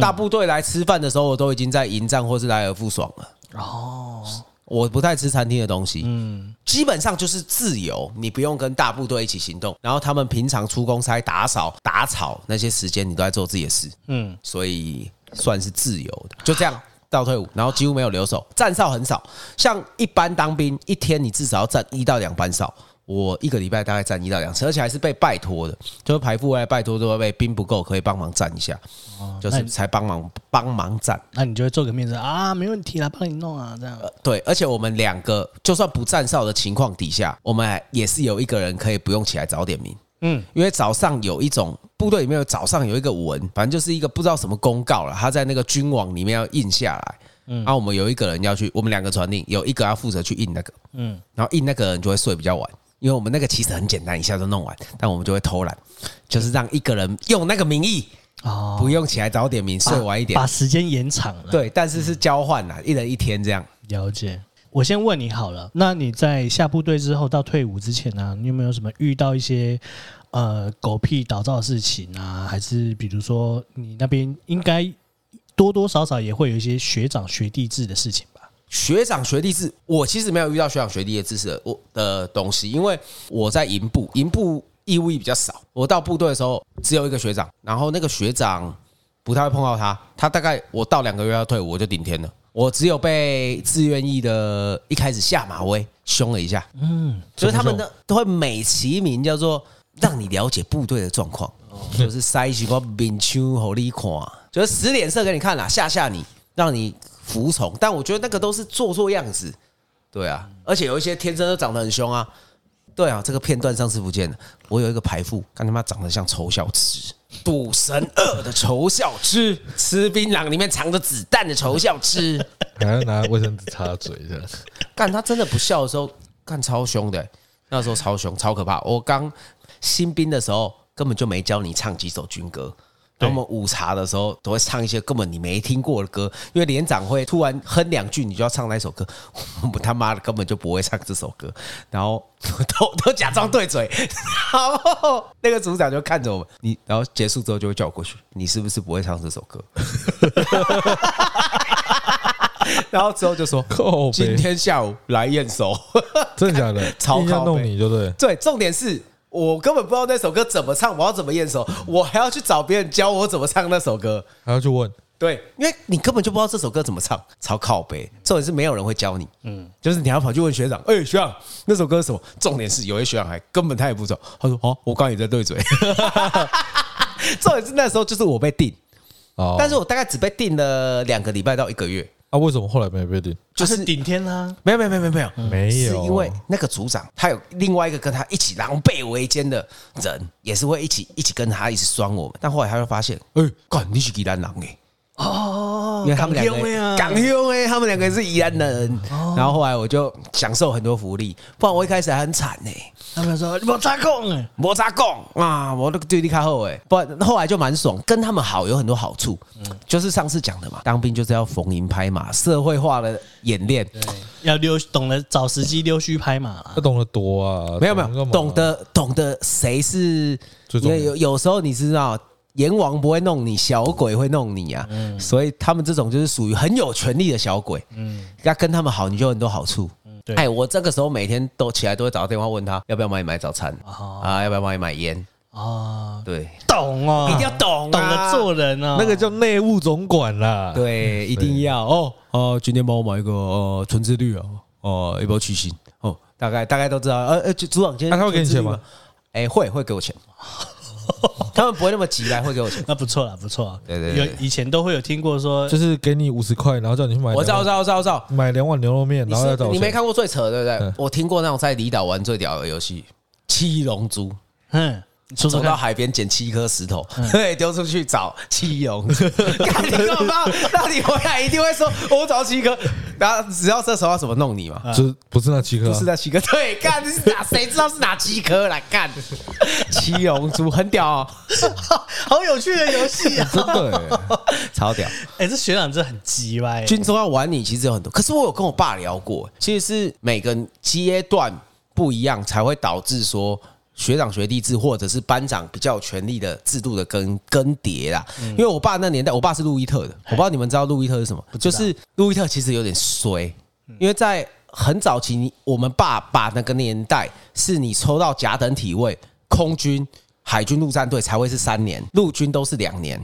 [SPEAKER 3] 大部队来吃饭的时候，我都已经在营站或是莱尔富爽了。
[SPEAKER 1] 哦，
[SPEAKER 3] 我不太吃餐厅的东西，嗯，基本上就是自由，你不用跟大部队一起行动，然后他们平常出公差、打扫、打草那些时间，你都在做自己的事，
[SPEAKER 1] 嗯，
[SPEAKER 3] 所以算是自由的，就这样。到退伍，然后几乎没有留守，站哨很少。像一般当兵，一天你至少要站一到两班哨，我一个礼拜大概站一到两次，而且还是被拜托的，就是排副外拜托，都会被兵不够，可以帮忙站一下，就
[SPEAKER 1] 那
[SPEAKER 3] 是
[SPEAKER 1] 你
[SPEAKER 3] 才帮忙帮忙站。
[SPEAKER 1] 那你就会做个面子啊，没问题啦，帮你弄啊，这样。
[SPEAKER 3] 对，而且我们两个就算不站哨的情况底下，我们也是有一个人可以不用起来早点名，
[SPEAKER 1] 嗯，
[SPEAKER 3] 因为早上有一种部队里面有早上有一个文，反正就是一个不知道什么公告了，他在那个军网里面要印下来。嗯，啊，我们有一个人要去，我们两个传令，有一个要负责去印那个，嗯，然后印那个人就会睡比较晚，因为我们那个其实很简单，一下就弄完，但我们就会偷懒，就是让一个人用那个名义，
[SPEAKER 1] 哦，
[SPEAKER 3] 不用起来早点名，睡晚一点
[SPEAKER 1] 把，时间延长了。，
[SPEAKER 3] 对，但是是交换啦，一人一天这样。
[SPEAKER 1] 了解。我先问你好了，那你在下部队之后到退伍之前呢、你有没有什么遇到一些呃狗屁倒灶的事情啊？还是比如说你那边应该多多少少也会有一些学长学弟制的事情吧？
[SPEAKER 3] 学长学弟制，我其实没有遇到学长学弟的知识的我的东西，因为我在营部，营部义务役比较少。我到部队的时候只有一个学长，然后那个学长不太会碰到他，他大概我到两个月要退伍我就顶天了。我只有被自愿役的一开始下马威凶了一下，嗯，就是他们呢都会美其名叫做让你了解部队的状况，就是塞几个面丘好你看，就是使脸色给你看啦，吓吓你，让你服从。但我觉得那个都是做做样子，对啊，而且有一些天生都长得很凶啊。对啊，这个片段上次不见了。我有一个排副，看他妈长得像仇笑之，《赌神二》的仇笑之，吃槟榔里面藏着子弹的仇笑之。
[SPEAKER 2] 还要哎拿卫生纸擦嘴这样。
[SPEAKER 3] 干他真的不笑的时候，干超凶的、欸那时候超凶，超可怕。我刚新兵的时候根本就没教你唱几首军歌，然后我们午茶的时候都会唱一些根本你没听过的歌，因为连长会突然哼两句，你就要唱那首歌。我们他妈的根本就不会唱这首歌，然后都都假装对嘴，然后那个组长就看着我们，你然后结束之后就会叫我过去，你是不是不会唱这首歌？然后之后就说
[SPEAKER 2] 靠，
[SPEAKER 3] 今
[SPEAKER 2] 北
[SPEAKER 3] 天下午来验收。
[SPEAKER 2] 真的假的？
[SPEAKER 3] 超
[SPEAKER 2] 硬要
[SPEAKER 3] 靠
[SPEAKER 2] 弄
[SPEAKER 3] 北
[SPEAKER 2] 你就对了。
[SPEAKER 3] 对，重点是我根本不知道那首歌怎么唱，我要怎么验手，我还要去找别人教我怎么唱那首歌。
[SPEAKER 2] 还要去问，
[SPEAKER 3] 对，因为你根本就不知道这首歌怎么唱，超靠背。重点是没有人会教你，嗯，就是你还要跑去问学长，哎、学长那首歌是什么？重点是有些学长还根本他也不知道，他说哦，我刚刚也在对嘴。 重点是那时候就是我被定，
[SPEAKER 2] 哦，
[SPEAKER 3] 但是我大概只被定了两个礼拜到一个月，
[SPEAKER 2] 啊，为什么后来没被定？
[SPEAKER 3] 就是
[SPEAKER 1] 他顶天啊啦、
[SPEAKER 3] 没有没有没有没有没有，
[SPEAKER 2] 没有啊
[SPEAKER 3] 是因
[SPEAKER 1] 哎
[SPEAKER 3] 为那个组长他有另外一个跟他一起狼狈为奸的人，也是会一起一起跟他一起酸我们。但后来他就发现，哎、干你是宜兰人哎、
[SPEAKER 1] 哦，
[SPEAKER 3] 因为他们两
[SPEAKER 1] 港兄的哦啊
[SPEAKER 3] 个港兄哎，他们两个是宜兰人。然后后来我就享受很多福利，不然我一开始还很惨呢、
[SPEAKER 1] 他们说你我插空哎，
[SPEAKER 3] 摩擦贡啊，我那个对立开后哎，不然后来就蛮爽，跟他们好有很多好处，
[SPEAKER 1] 嗯
[SPEAKER 3] 就是上次讲的嘛，当兵就是要逢迎拍马，社会化的演练。
[SPEAKER 1] 要溜懂得找时机溜须拍马啦
[SPEAKER 3] 呃
[SPEAKER 2] 他。懂得多啊，
[SPEAKER 3] 没有没
[SPEAKER 2] 懂干
[SPEAKER 3] 有，
[SPEAKER 2] 嘛
[SPEAKER 3] 懂得懂得谁是，
[SPEAKER 2] 最
[SPEAKER 3] 因
[SPEAKER 2] 重要
[SPEAKER 3] 为有有时候你知道阎王不会弄你，小鬼会弄你啊。
[SPEAKER 2] 嗯
[SPEAKER 3] 所以他们这种就是属于很有权力的小鬼，
[SPEAKER 1] 嗯，
[SPEAKER 3] 要跟他们好，你就有很多好处。
[SPEAKER 1] 对，
[SPEAKER 3] 哎，我这个时候每天都起来都会打个电话问他要不要帮你买早餐
[SPEAKER 1] 哦
[SPEAKER 3] 啊，要不要帮你买烟？
[SPEAKER 1] 啊，
[SPEAKER 3] 对，
[SPEAKER 1] 懂哦，
[SPEAKER 3] 一定要懂啊
[SPEAKER 1] 懂得做人啊，
[SPEAKER 2] 那个叫内务总管啦。，
[SPEAKER 3] 对，一定要哦哦，今天帮我买一个呃存自率啊，哦，要不要取薪？哦，大概大概都知道。呃呃，就组长今天
[SPEAKER 2] 啊那他会给你钱吗
[SPEAKER 3] 存自律？哎，会会给我钱， 他们不会那么急来，会给我 钱。
[SPEAKER 1] 那不错啦，不错啊，
[SPEAKER 3] 对对对
[SPEAKER 1] 有以前都会有听过说
[SPEAKER 2] 就，是给你五十块，然后叫你去买两碗，
[SPEAKER 3] 我知道，我知道，我知道，我知道。
[SPEAKER 2] 买两碗牛肉面，
[SPEAKER 3] 你
[SPEAKER 2] 然后要
[SPEAKER 3] 是
[SPEAKER 2] 找
[SPEAKER 3] 你没
[SPEAKER 2] 钱
[SPEAKER 3] 看过最扯的，对不
[SPEAKER 2] 嗯
[SPEAKER 3] 对？我听过那种在离岛玩最屌的游戏——七龙珠，
[SPEAKER 1] 嗯，你说
[SPEAKER 3] 走
[SPEAKER 1] 说
[SPEAKER 3] 到
[SPEAKER 1] 看，
[SPEAKER 3] 海边捡七颗石头，
[SPEAKER 2] 嗯
[SPEAKER 3] 对，丢出去找七龙珠。 干你干嘛？那你回来一定会说，我找七颗，然后只要这时候要怎么弄你嘛？
[SPEAKER 2] 就是啊不是那七颗、
[SPEAKER 3] 不
[SPEAKER 2] 啊
[SPEAKER 3] 是，那七颗，对， 干这是哪？谁知道是哪七颗来干？七龙珠很屌哦，
[SPEAKER 1] 好有趣的游戏啊！
[SPEAKER 2] 真的、 欸，
[SPEAKER 3] 超屌！
[SPEAKER 1] 哎，这学长真的很鸡歪，
[SPEAKER 3] 军中要玩你其实有很多，可是我有跟我爸聊过，其实是每个阶段不一样，才会导致说学长学弟制或者是班长比较有权力的制度的更更迭啦。因为我爸那年代，我爸是路易特的，我不知道你哎们知道嗯路易特是什么，就是路易特其实有点衰，因为在很早期，你我们爸爸那个年代，是你抽到甲等体位，空军、海军陆战队才会是三年，陆军都是两年。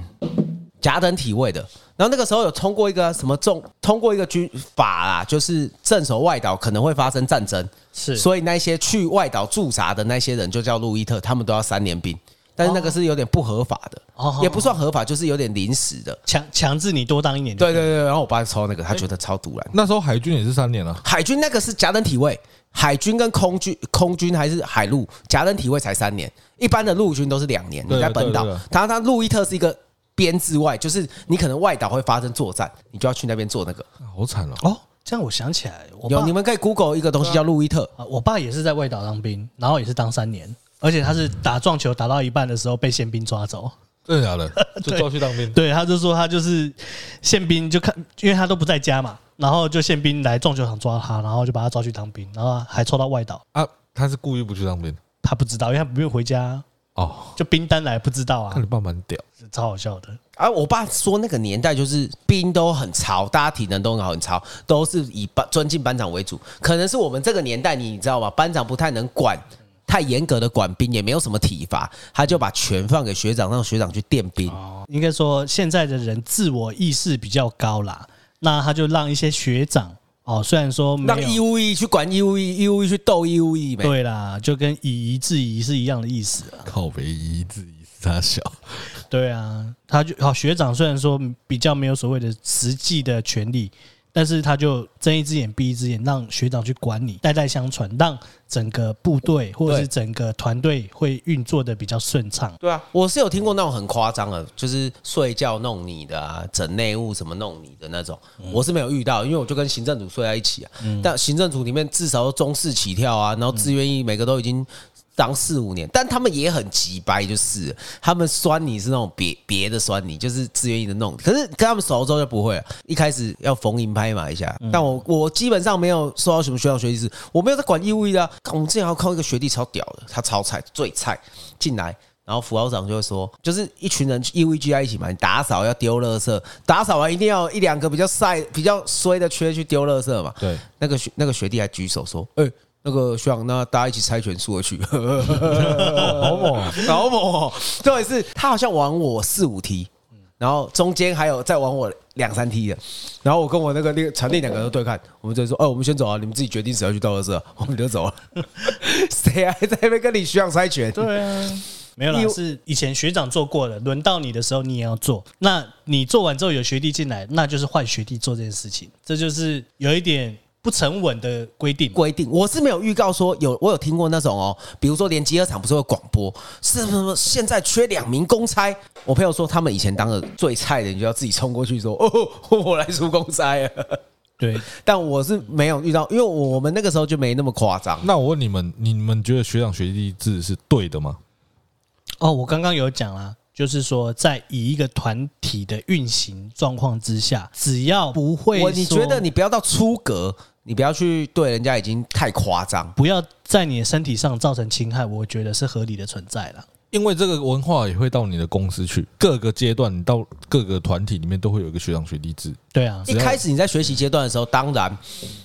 [SPEAKER 3] 甲等体位的。然后那个时候有通过一个什么重，通过一个军法啦，就是镇守外岛可能会发生战争，
[SPEAKER 1] 是
[SPEAKER 3] 所以那些去外岛驻扎的那些人就叫路易特，他们都要三年兵。但是那个是有点不合法的，
[SPEAKER 1] 哦
[SPEAKER 3] 也不算合法，就是有点临时的。
[SPEAKER 1] 强强制你多当一年，
[SPEAKER 3] 对对，对，然后我爸抽那个，他觉得超突然。
[SPEAKER 2] 那时候海军也是三年啊，
[SPEAKER 3] 海军那个是甲等体位，海军跟空军、空军还是海陆甲等体位才三年，一般的陆军都是两年。
[SPEAKER 2] 对啊
[SPEAKER 3] 你在本岛
[SPEAKER 2] 对对对，
[SPEAKER 3] 他他路易特是一个编制外，就是你可能外岛会发生作战，你就要去那边做那个。
[SPEAKER 2] 好惨哦、
[SPEAKER 1] 哦，这样我想起来，我
[SPEAKER 3] 有
[SPEAKER 1] 爸
[SPEAKER 3] 你们可以 Google 一个东西叫路易特，
[SPEAKER 1] 啊，我爸也是在外岛当兵，然后也是当三年，而且他是打撞球打到一半的时候被宪兵抓走。
[SPEAKER 2] 真的假 的？就抓去当兵，
[SPEAKER 1] 对，他就说他就是宪兵，就看，因为他都不在家嘛，然后就宪兵来撞球场抓他，然后就把他抓去当兵，然后还抽到外岛，
[SPEAKER 2] 啊，他是故意不去当兵
[SPEAKER 1] 他不知道，因为他没有回家，
[SPEAKER 2] 哦。
[SPEAKER 1] 就兵单来不知道啊
[SPEAKER 2] 看
[SPEAKER 3] 嗯
[SPEAKER 2] 你，爸蛮屌，
[SPEAKER 1] 超好笑的。
[SPEAKER 3] 啊，我爸说那个年代就是兵都很潮，大家体能都很好，很潮，都是以班尊敬班长为主。可能是我们这个年代，你知道吗？班长不太能管，太严格的管兵，也没有什么体罚，他就把权放给学长，让学长去垫兵。
[SPEAKER 1] 应该说现在的人自我意识比较高啦，那他就让一些学长哦，虽然说没
[SPEAKER 3] 让
[SPEAKER 1] 有
[SPEAKER 3] 义务役去管义 E 务役，义务役去斗义务役呗。
[SPEAKER 1] 对啦，就跟以夷制夷是一样的意思啊。
[SPEAKER 2] 靠北一字一字他小，
[SPEAKER 1] 对啊，他就好学长虽然说比较没有所谓的实际的权利，但是他就睁一只眼闭一只眼，让学长去管你，代代相传，让整个部队或者是
[SPEAKER 3] 对
[SPEAKER 1] 整个团队会运作的比较顺畅。
[SPEAKER 3] 对啊，我是有听过那种很夸张的，就是睡觉弄你的啊，整内务什么弄你的那种，我是没有遇到，因为我就跟行政组睡在一起啊。但行政组里面至少都中式起跳啊，然后自愿意每个都已经当四五年，但他们也很急掰，就是了他们酸你是那种别别的酸你，就是自愿意的弄。可是跟他们熟了之后就不会了，一开始要逢迎拍马一下。但我我基本上没有受到什么学长学弟制，我没有在管义务役的、啊。干我们之前还有靠一个学弟超屌的，他超菜最菜进来。然后辅导长就会说，就是一群人义务役聚在一起嘛，你打扫要丢垃圾，打扫完一定要有一两个比较晒、比较衰的缺去丢垃圾嘛。
[SPEAKER 2] 对，
[SPEAKER 3] 那个学那个学弟还举手说：“哎、那个学长，那大家一起猜拳输了去。”
[SPEAKER 2] 好猛啊！
[SPEAKER 3] 好猛哦！重点是他好像玩我四五题，然后中间还有再玩我两三题的，然后我跟我那个那个传令两个人都对看，我们就说：“哦，我们先走啊，你们自己决定谁要去倒垃圾啊，我们就走了。”谁还在那边跟你学长猜拳？
[SPEAKER 1] 对啊。没有啦
[SPEAKER 3] 义，务
[SPEAKER 1] 是以前学长做过的，轮到你的时候你也要做。那你做完之后有学弟进来，那就是换学弟做这件事情，这就是有一点不成文的规定嘛。
[SPEAKER 3] 规定，我是没有预告说有，我有听过那种哦，比如说连集合场不是会广播，是什么什么现在缺两名公差，我朋友说他们以前当的最菜的，你就要自己冲过去说 哦，我来出公差了，
[SPEAKER 1] 对，
[SPEAKER 3] 但我是没有遇到，因为我们那个时候就没那么夸张。
[SPEAKER 2] 那我问你们，你们觉得学长学弟制是对的吗？
[SPEAKER 1] 哦，我刚刚有讲啦，就是说在以一个团体的运行状况之下，只要不会
[SPEAKER 3] 我你
[SPEAKER 1] 说
[SPEAKER 3] 觉得你不要到出格，你不要去对人家已经太夸张。
[SPEAKER 1] 不要在你的身体上造成侵害，我觉得是合理的存在啦。
[SPEAKER 2] 因为这个文化也会到你的公司去，各个阶段你到各个团体里面都会有一个学长学弟制。
[SPEAKER 1] 对啊，
[SPEAKER 3] 一开始你在学习阶段的时候，当然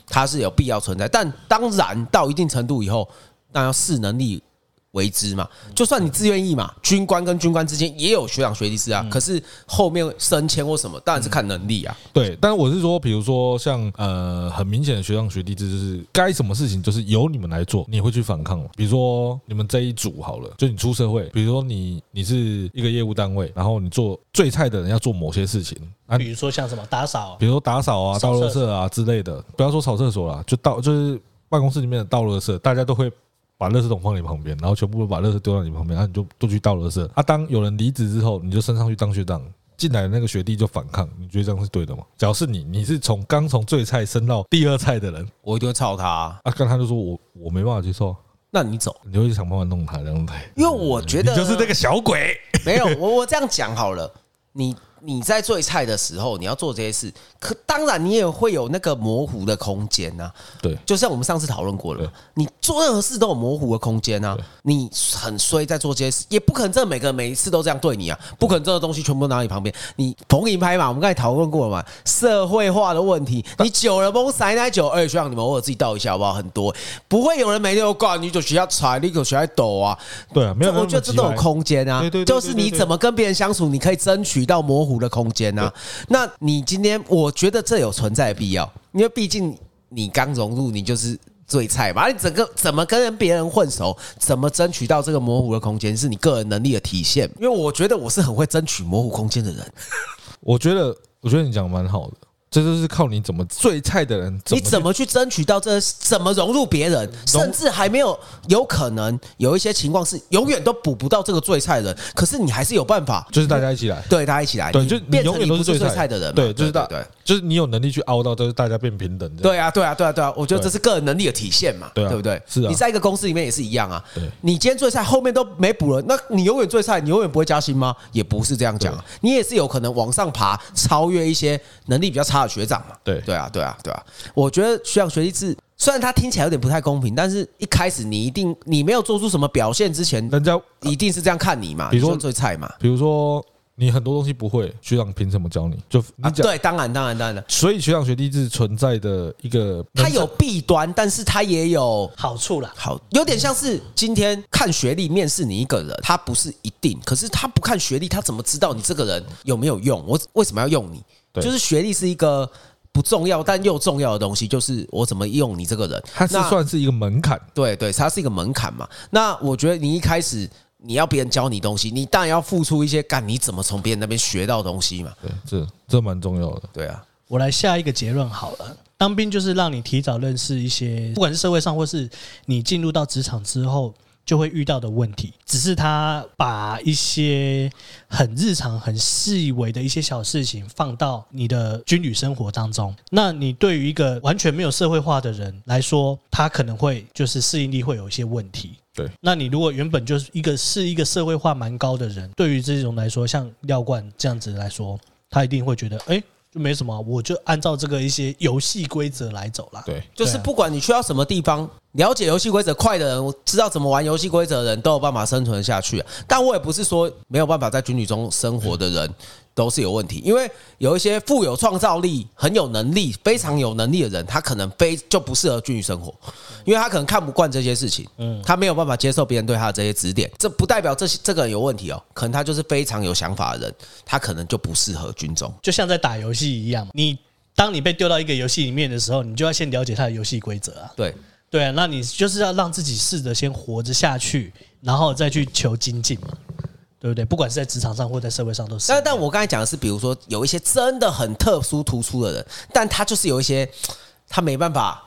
[SPEAKER 3] 它是有必要存在，但当然到一定程度以后，那要视能力为之嘛。就算你自愿意嘛，军官跟军官之间也有学长学弟制啊，可是后面升迁或什么，当然是看能力啊。
[SPEAKER 2] 对，但我是说，比如说像呃，很明显的学长学弟制，就是该什么事情就是由你们来做，你会去反抗吗？比如说你们这一组好了，就你出社会，比如说你你是一个业务单位，然后你做最菜的人要做某些事情啊，
[SPEAKER 1] 比如说像什么打扫
[SPEAKER 2] 比，如说打扫啊、
[SPEAKER 1] 扫
[SPEAKER 2] 倒垃
[SPEAKER 1] 厕
[SPEAKER 2] 圾啊之类的，不要说扫厕所啦，就倒就是办公室里面的倒垃圾，大家都会把垃圾桶放你旁边，然后全部都把垃圾丢到你旁边，然后你就都去倒垃圾。啊，当有人离职之后，你就升上去当学长。进来的那个学弟就反抗，你觉得这样是对的吗？只要是你，你是从刚从最菜升到第二菜的人，
[SPEAKER 3] 我一定会操他、啊，
[SPEAKER 2] 啊，刚他就说我我没办法接受啊，
[SPEAKER 3] 那你走，
[SPEAKER 2] 你就会想办法弄他，这样 子。
[SPEAKER 3] 因为我觉
[SPEAKER 2] 你
[SPEAKER 3] 得
[SPEAKER 2] 就是那个小鬼，
[SPEAKER 3] 没有，我我这样讲好了，你你在最菜的时候，你要做这些事，可当然你也会有那个模糊的空间啊呐、
[SPEAKER 2] 对
[SPEAKER 3] 就像我们上次讨论过了嘛
[SPEAKER 2] 对，
[SPEAKER 3] 你做任何事都有模糊的空间啊。你很衰在做这些事，也不可能真的每个人每一次都这样对你啊，不可能这个东西全部都拿你旁边。你逢迎拍嘛，我们刚才讨论过了嘛，社会化的问题，
[SPEAKER 2] 啊
[SPEAKER 3] 你久了崩塞奶酒，哎、学长你们偶尔自己倒一下好不好？很多不会有人每天都挂你就学校踩，你就学校抖啊，
[SPEAKER 2] 对啊，没有那
[SPEAKER 3] 我
[SPEAKER 2] 么
[SPEAKER 3] 觉得这
[SPEAKER 2] 急
[SPEAKER 3] 都有
[SPEAKER 2] 来
[SPEAKER 3] 空间啊
[SPEAKER 2] 对对对，对
[SPEAKER 3] 就是你怎么跟别人相处，你可以争取到模糊的空间啊。那你今天，我觉得这有存在的必要，因为毕竟你刚融入，你就是最菜嘛，啊你整个怎么跟别人混熟，怎么争取到这个模糊的空间，是你个人能力的体现。因为我觉得我是很会争取模糊空间的人，
[SPEAKER 2] 我觉得，我觉得你讲得蛮好的，这就是靠你怎么最菜的人怎
[SPEAKER 3] 你
[SPEAKER 2] 么去
[SPEAKER 3] 怎么去争取到这，怎么融入别人，甚至还没有有可能有一些情况是永远都补不到这个最菜的人，可是你还是有办法。
[SPEAKER 2] 就是大家一起来。
[SPEAKER 3] 对他一起来，
[SPEAKER 2] 对，
[SPEAKER 3] 你
[SPEAKER 2] 就你
[SPEAKER 3] 变成
[SPEAKER 2] 永远
[SPEAKER 3] 你
[SPEAKER 2] 都
[SPEAKER 3] 不
[SPEAKER 2] 最
[SPEAKER 3] 最
[SPEAKER 2] 菜
[SPEAKER 3] 菜的人嘛，
[SPEAKER 2] 对，就是大，
[SPEAKER 3] 对对
[SPEAKER 2] 就是你有能力去凹到，就是大家变平等。
[SPEAKER 3] 对啊，对啊，对啊，对啊，我觉得
[SPEAKER 2] 对
[SPEAKER 3] 这是个人能力的体现嘛，
[SPEAKER 2] 对啊
[SPEAKER 3] 不对？
[SPEAKER 2] 是啊
[SPEAKER 3] 你在一个公司里面也是一样啊
[SPEAKER 2] 对。
[SPEAKER 3] 你今天最菜，后面都没补了，那你永远最菜，你永远不会加薪吗？也不是这样讲啊，你也是有可能往上爬，超越一些能力比较差的学长嘛。
[SPEAKER 2] 对
[SPEAKER 3] 对啊，对啊，对啊。我觉得学长学历制虽然它听起来有点不太公平，但是一开始你一定你没有做出什么表现之前，
[SPEAKER 2] 人家
[SPEAKER 3] 一定是这样看你嘛，
[SPEAKER 2] 比如说
[SPEAKER 3] 你就最菜嘛。
[SPEAKER 2] 比如说你很多东西不会，学长凭什么教你？就
[SPEAKER 3] 啊，
[SPEAKER 2] 你讲，
[SPEAKER 3] 对，当然，当然，当然，
[SPEAKER 2] 所以学长学弟制存在的一个，
[SPEAKER 3] 它有弊端，但是它也有
[SPEAKER 1] 好处啦，
[SPEAKER 3] 好，有点像是今天看学历面试你一个人，他不是一定，可是他不看学历，他怎么知道你这个人有没有用？我为什么要用你？
[SPEAKER 2] 对
[SPEAKER 3] 就是学历是一个不重要但又重要的东西，就是我怎么用你这个人。
[SPEAKER 2] 它是
[SPEAKER 3] 那
[SPEAKER 2] 算是一个门槛。
[SPEAKER 3] 对对，它是一个门槛嘛。那我觉得你一开始你要别人教你东西，你当然要付出一些干，你怎么从别人那边学到东西嘛？
[SPEAKER 2] 对，这这蛮重要的。
[SPEAKER 3] 对啊，
[SPEAKER 1] 我来下一个结论好了。当兵就是让你提早认识一些，不管是社会上或是你进入到职场之后就会遇到的问题，只是他把一些很日常、很细微的一些小事情放到你的军旅生活当中。那你对于一个完全没有社会化的人来说，他可能会就是适应力会有一些问题。
[SPEAKER 2] 对，
[SPEAKER 1] 那你如果原本就是一个是一个社会化蛮高的人，对于这种来说，像廖冠这样子来说，他一定会觉得，哎、就没什么，我就按照这个一些游戏规则来走啦。
[SPEAKER 2] 对，
[SPEAKER 3] 就是不管你去到什么地方，了解游戏规则快的人，我知道怎么玩游戏规则的人都有办法生存下去、啊。但我也不是说没有办法在军旅中生活的人都是有问题，因为有一些富有创造力、很有能力、非常有能力的人，他可能非就不适合军旅生活，因为他可能看不惯这些事情，嗯，他没有办法接受别人对他的这些指点。这不代表这些这个人有问题哦，可能他就是非常有想法的人，他可能就不适合军中。
[SPEAKER 1] 就像在打游戏一样嘛，你当你被丢到一个游戏里面的时候，你就要先了解它的游戏规则啊。
[SPEAKER 3] 对，
[SPEAKER 1] 对啊，那你就是要让自己试着先活着下去，然后再去求精进嘛，对不对？不管是在职场上或在社会上都是。
[SPEAKER 3] 但但我刚才讲的是，比如说有一些真的很特殊突出的人，但他就是有一些他没办法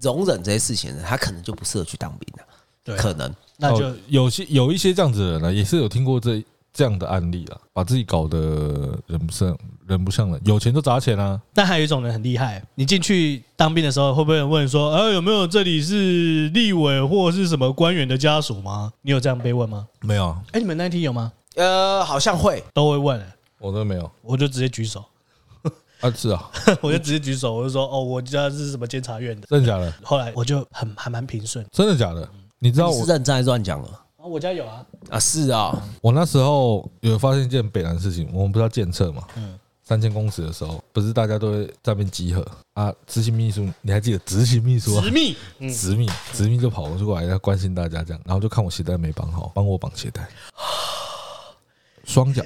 [SPEAKER 3] 容忍这些事情的人，他可能就不适合去当兵了、
[SPEAKER 1] 对啊
[SPEAKER 3] 可能
[SPEAKER 1] 那就
[SPEAKER 2] 哦有些有一些这样子的人啊呢，也是有听过这这样的案例啦，把自己搞得人不像人不像人，有钱就砸钱啊，
[SPEAKER 1] 但还有一种人很厉害，你进去当兵的时候，会不会有人问说，呃，有没有这里是立委或是什么官员的家属吗？你有这样被问吗？
[SPEAKER 2] 没有啊，
[SPEAKER 1] 哎、你们那一题有吗？
[SPEAKER 3] 呃，好像会
[SPEAKER 1] 都会问、
[SPEAKER 2] 我都没有
[SPEAKER 1] 我就直接举手，
[SPEAKER 2] 啊，是啊，
[SPEAKER 1] 我就直接举手，我就说，哦，我家是什么监察院的。
[SPEAKER 2] 真的假的？
[SPEAKER 1] 后来我就很还蛮平顺，
[SPEAKER 2] 真的假的？你知道
[SPEAKER 3] 你
[SPEAKER 2] 我
[SPEAKER 3] 是认真还是乱讲了？
[SPEAKER 1] 啊，我家有啊，
[SPEAKER 3] 啊，是啊，
[SPEAKER 2] 我那时候有发现一件北南的事情，我们不是要建测嘛，嗯，三千公尺的时候，不是大家都会在那边集合啊，执行秘书，你还记得执行秘书啊
[SPEAKER 1] 直？密，嗯，
[SPEAKER 2] 执秘，执秘就跑过去过来要关心大家这样，然后就看我鞋带没绑好，帮我绑鞋 带，双脚，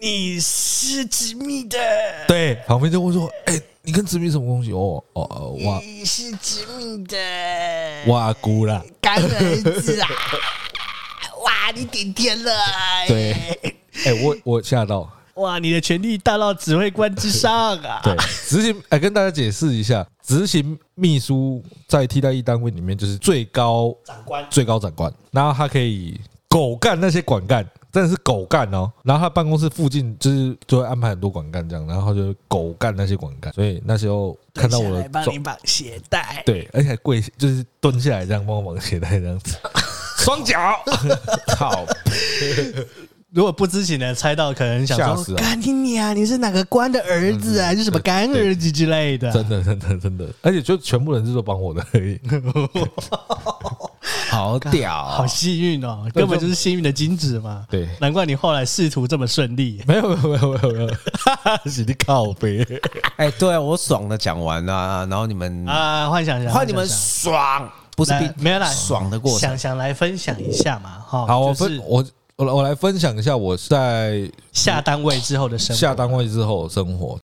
[SPEAKER 1] 你是直密的，
[SPEAKER 2] 对，旁边就问说，哎、你跟执秘什么关系？哦哦哦，哇
[SPEAKER 1] 你是直密的，
[SPEAKER 2] 哇姑啦，
[SPEAKER 1] 干儿子啊！ 哇，你顶天了、
[SPEAKER 2] 对，哎、我我吓到，
[SPEAKER 1] 哇，你的权力大到指挥官之上啊！
[SPEAKER 2] 对，执行哎，跟大家解释一下，执行秘书在替代役单位里面就是最高
[SPEAKER 1] 长官
[SPEAKER 2] 最高长官，然后他可以狗干那些管干，真的是狗干哦。然后他办公室附近就是就会安排很多管干这样，然后他就狗干那些管干，所以那时候看到我
[SPEAKER 1] 下来
[SPEAKER 2] 的
[SPEAKER 1] 帮你
[SPEAKER 2] 状，
[SPEAKER 1] 绑鞋带，
[SPEAKER 2] 对，而且还跪就是蹲下来这样帮我绑鞋带这样 子，双脚，操，
[SPEAKER 1] 如果不知情的猜到，可能想
[SPEAKER 2] 吓死
[SPEAKER 1] 说：“
[SPEAKER 2] 啊嗯
[SPEAKER 1] 干你娘，你是哪个官的儿子啊？你是什么干儿子之类的？”
[SPEAKER 2] 真的真的真的，而且就全部人是都帮我的而已。
[SPEAKER 3] 好屌
[SPEAKER 1] 好
[SPEAKER 3] 哦，
[SPEAKER 1] 幸运哦，根本就是幸运的精子嘛。
[SPEAKER 2] 对
[SPEAKER 1] 难怪你后来仕途这么顺利。
[SPEAKER 2] 没有没有没有没有没有， 是你靠背。
[SPEAKER 3] 哎，对啊，我爽的讲完啦，然后你
[SPEAKER 2] 嗯
[SPEAKER 3] 们
[SPEAKER 1] 啊，幻想一下，
[SPEAKER 3] 换你们
[SPEAKER 1] 幻想一下
[SPEAKER 3] 爽，不是
[SPEAKER 1] 来
[SPEAKER 3] 并
[SPEAKER 1] 没有啦，
[SPEAKER 3] 爽的过程
[SPEAKER 1] 想，想来分享一下嘛，哈，
[SPEAKER 2] 好，我
[SPEAKER 1] 就
[SPEAKER 2] 分
[SPEAKER 1] 是
[SPEAKER 2] 我我来我来分享一下我在
[SPEAKER 1] 下单位之后的生活，
[SPEAKER 2] 下单位之后的生活。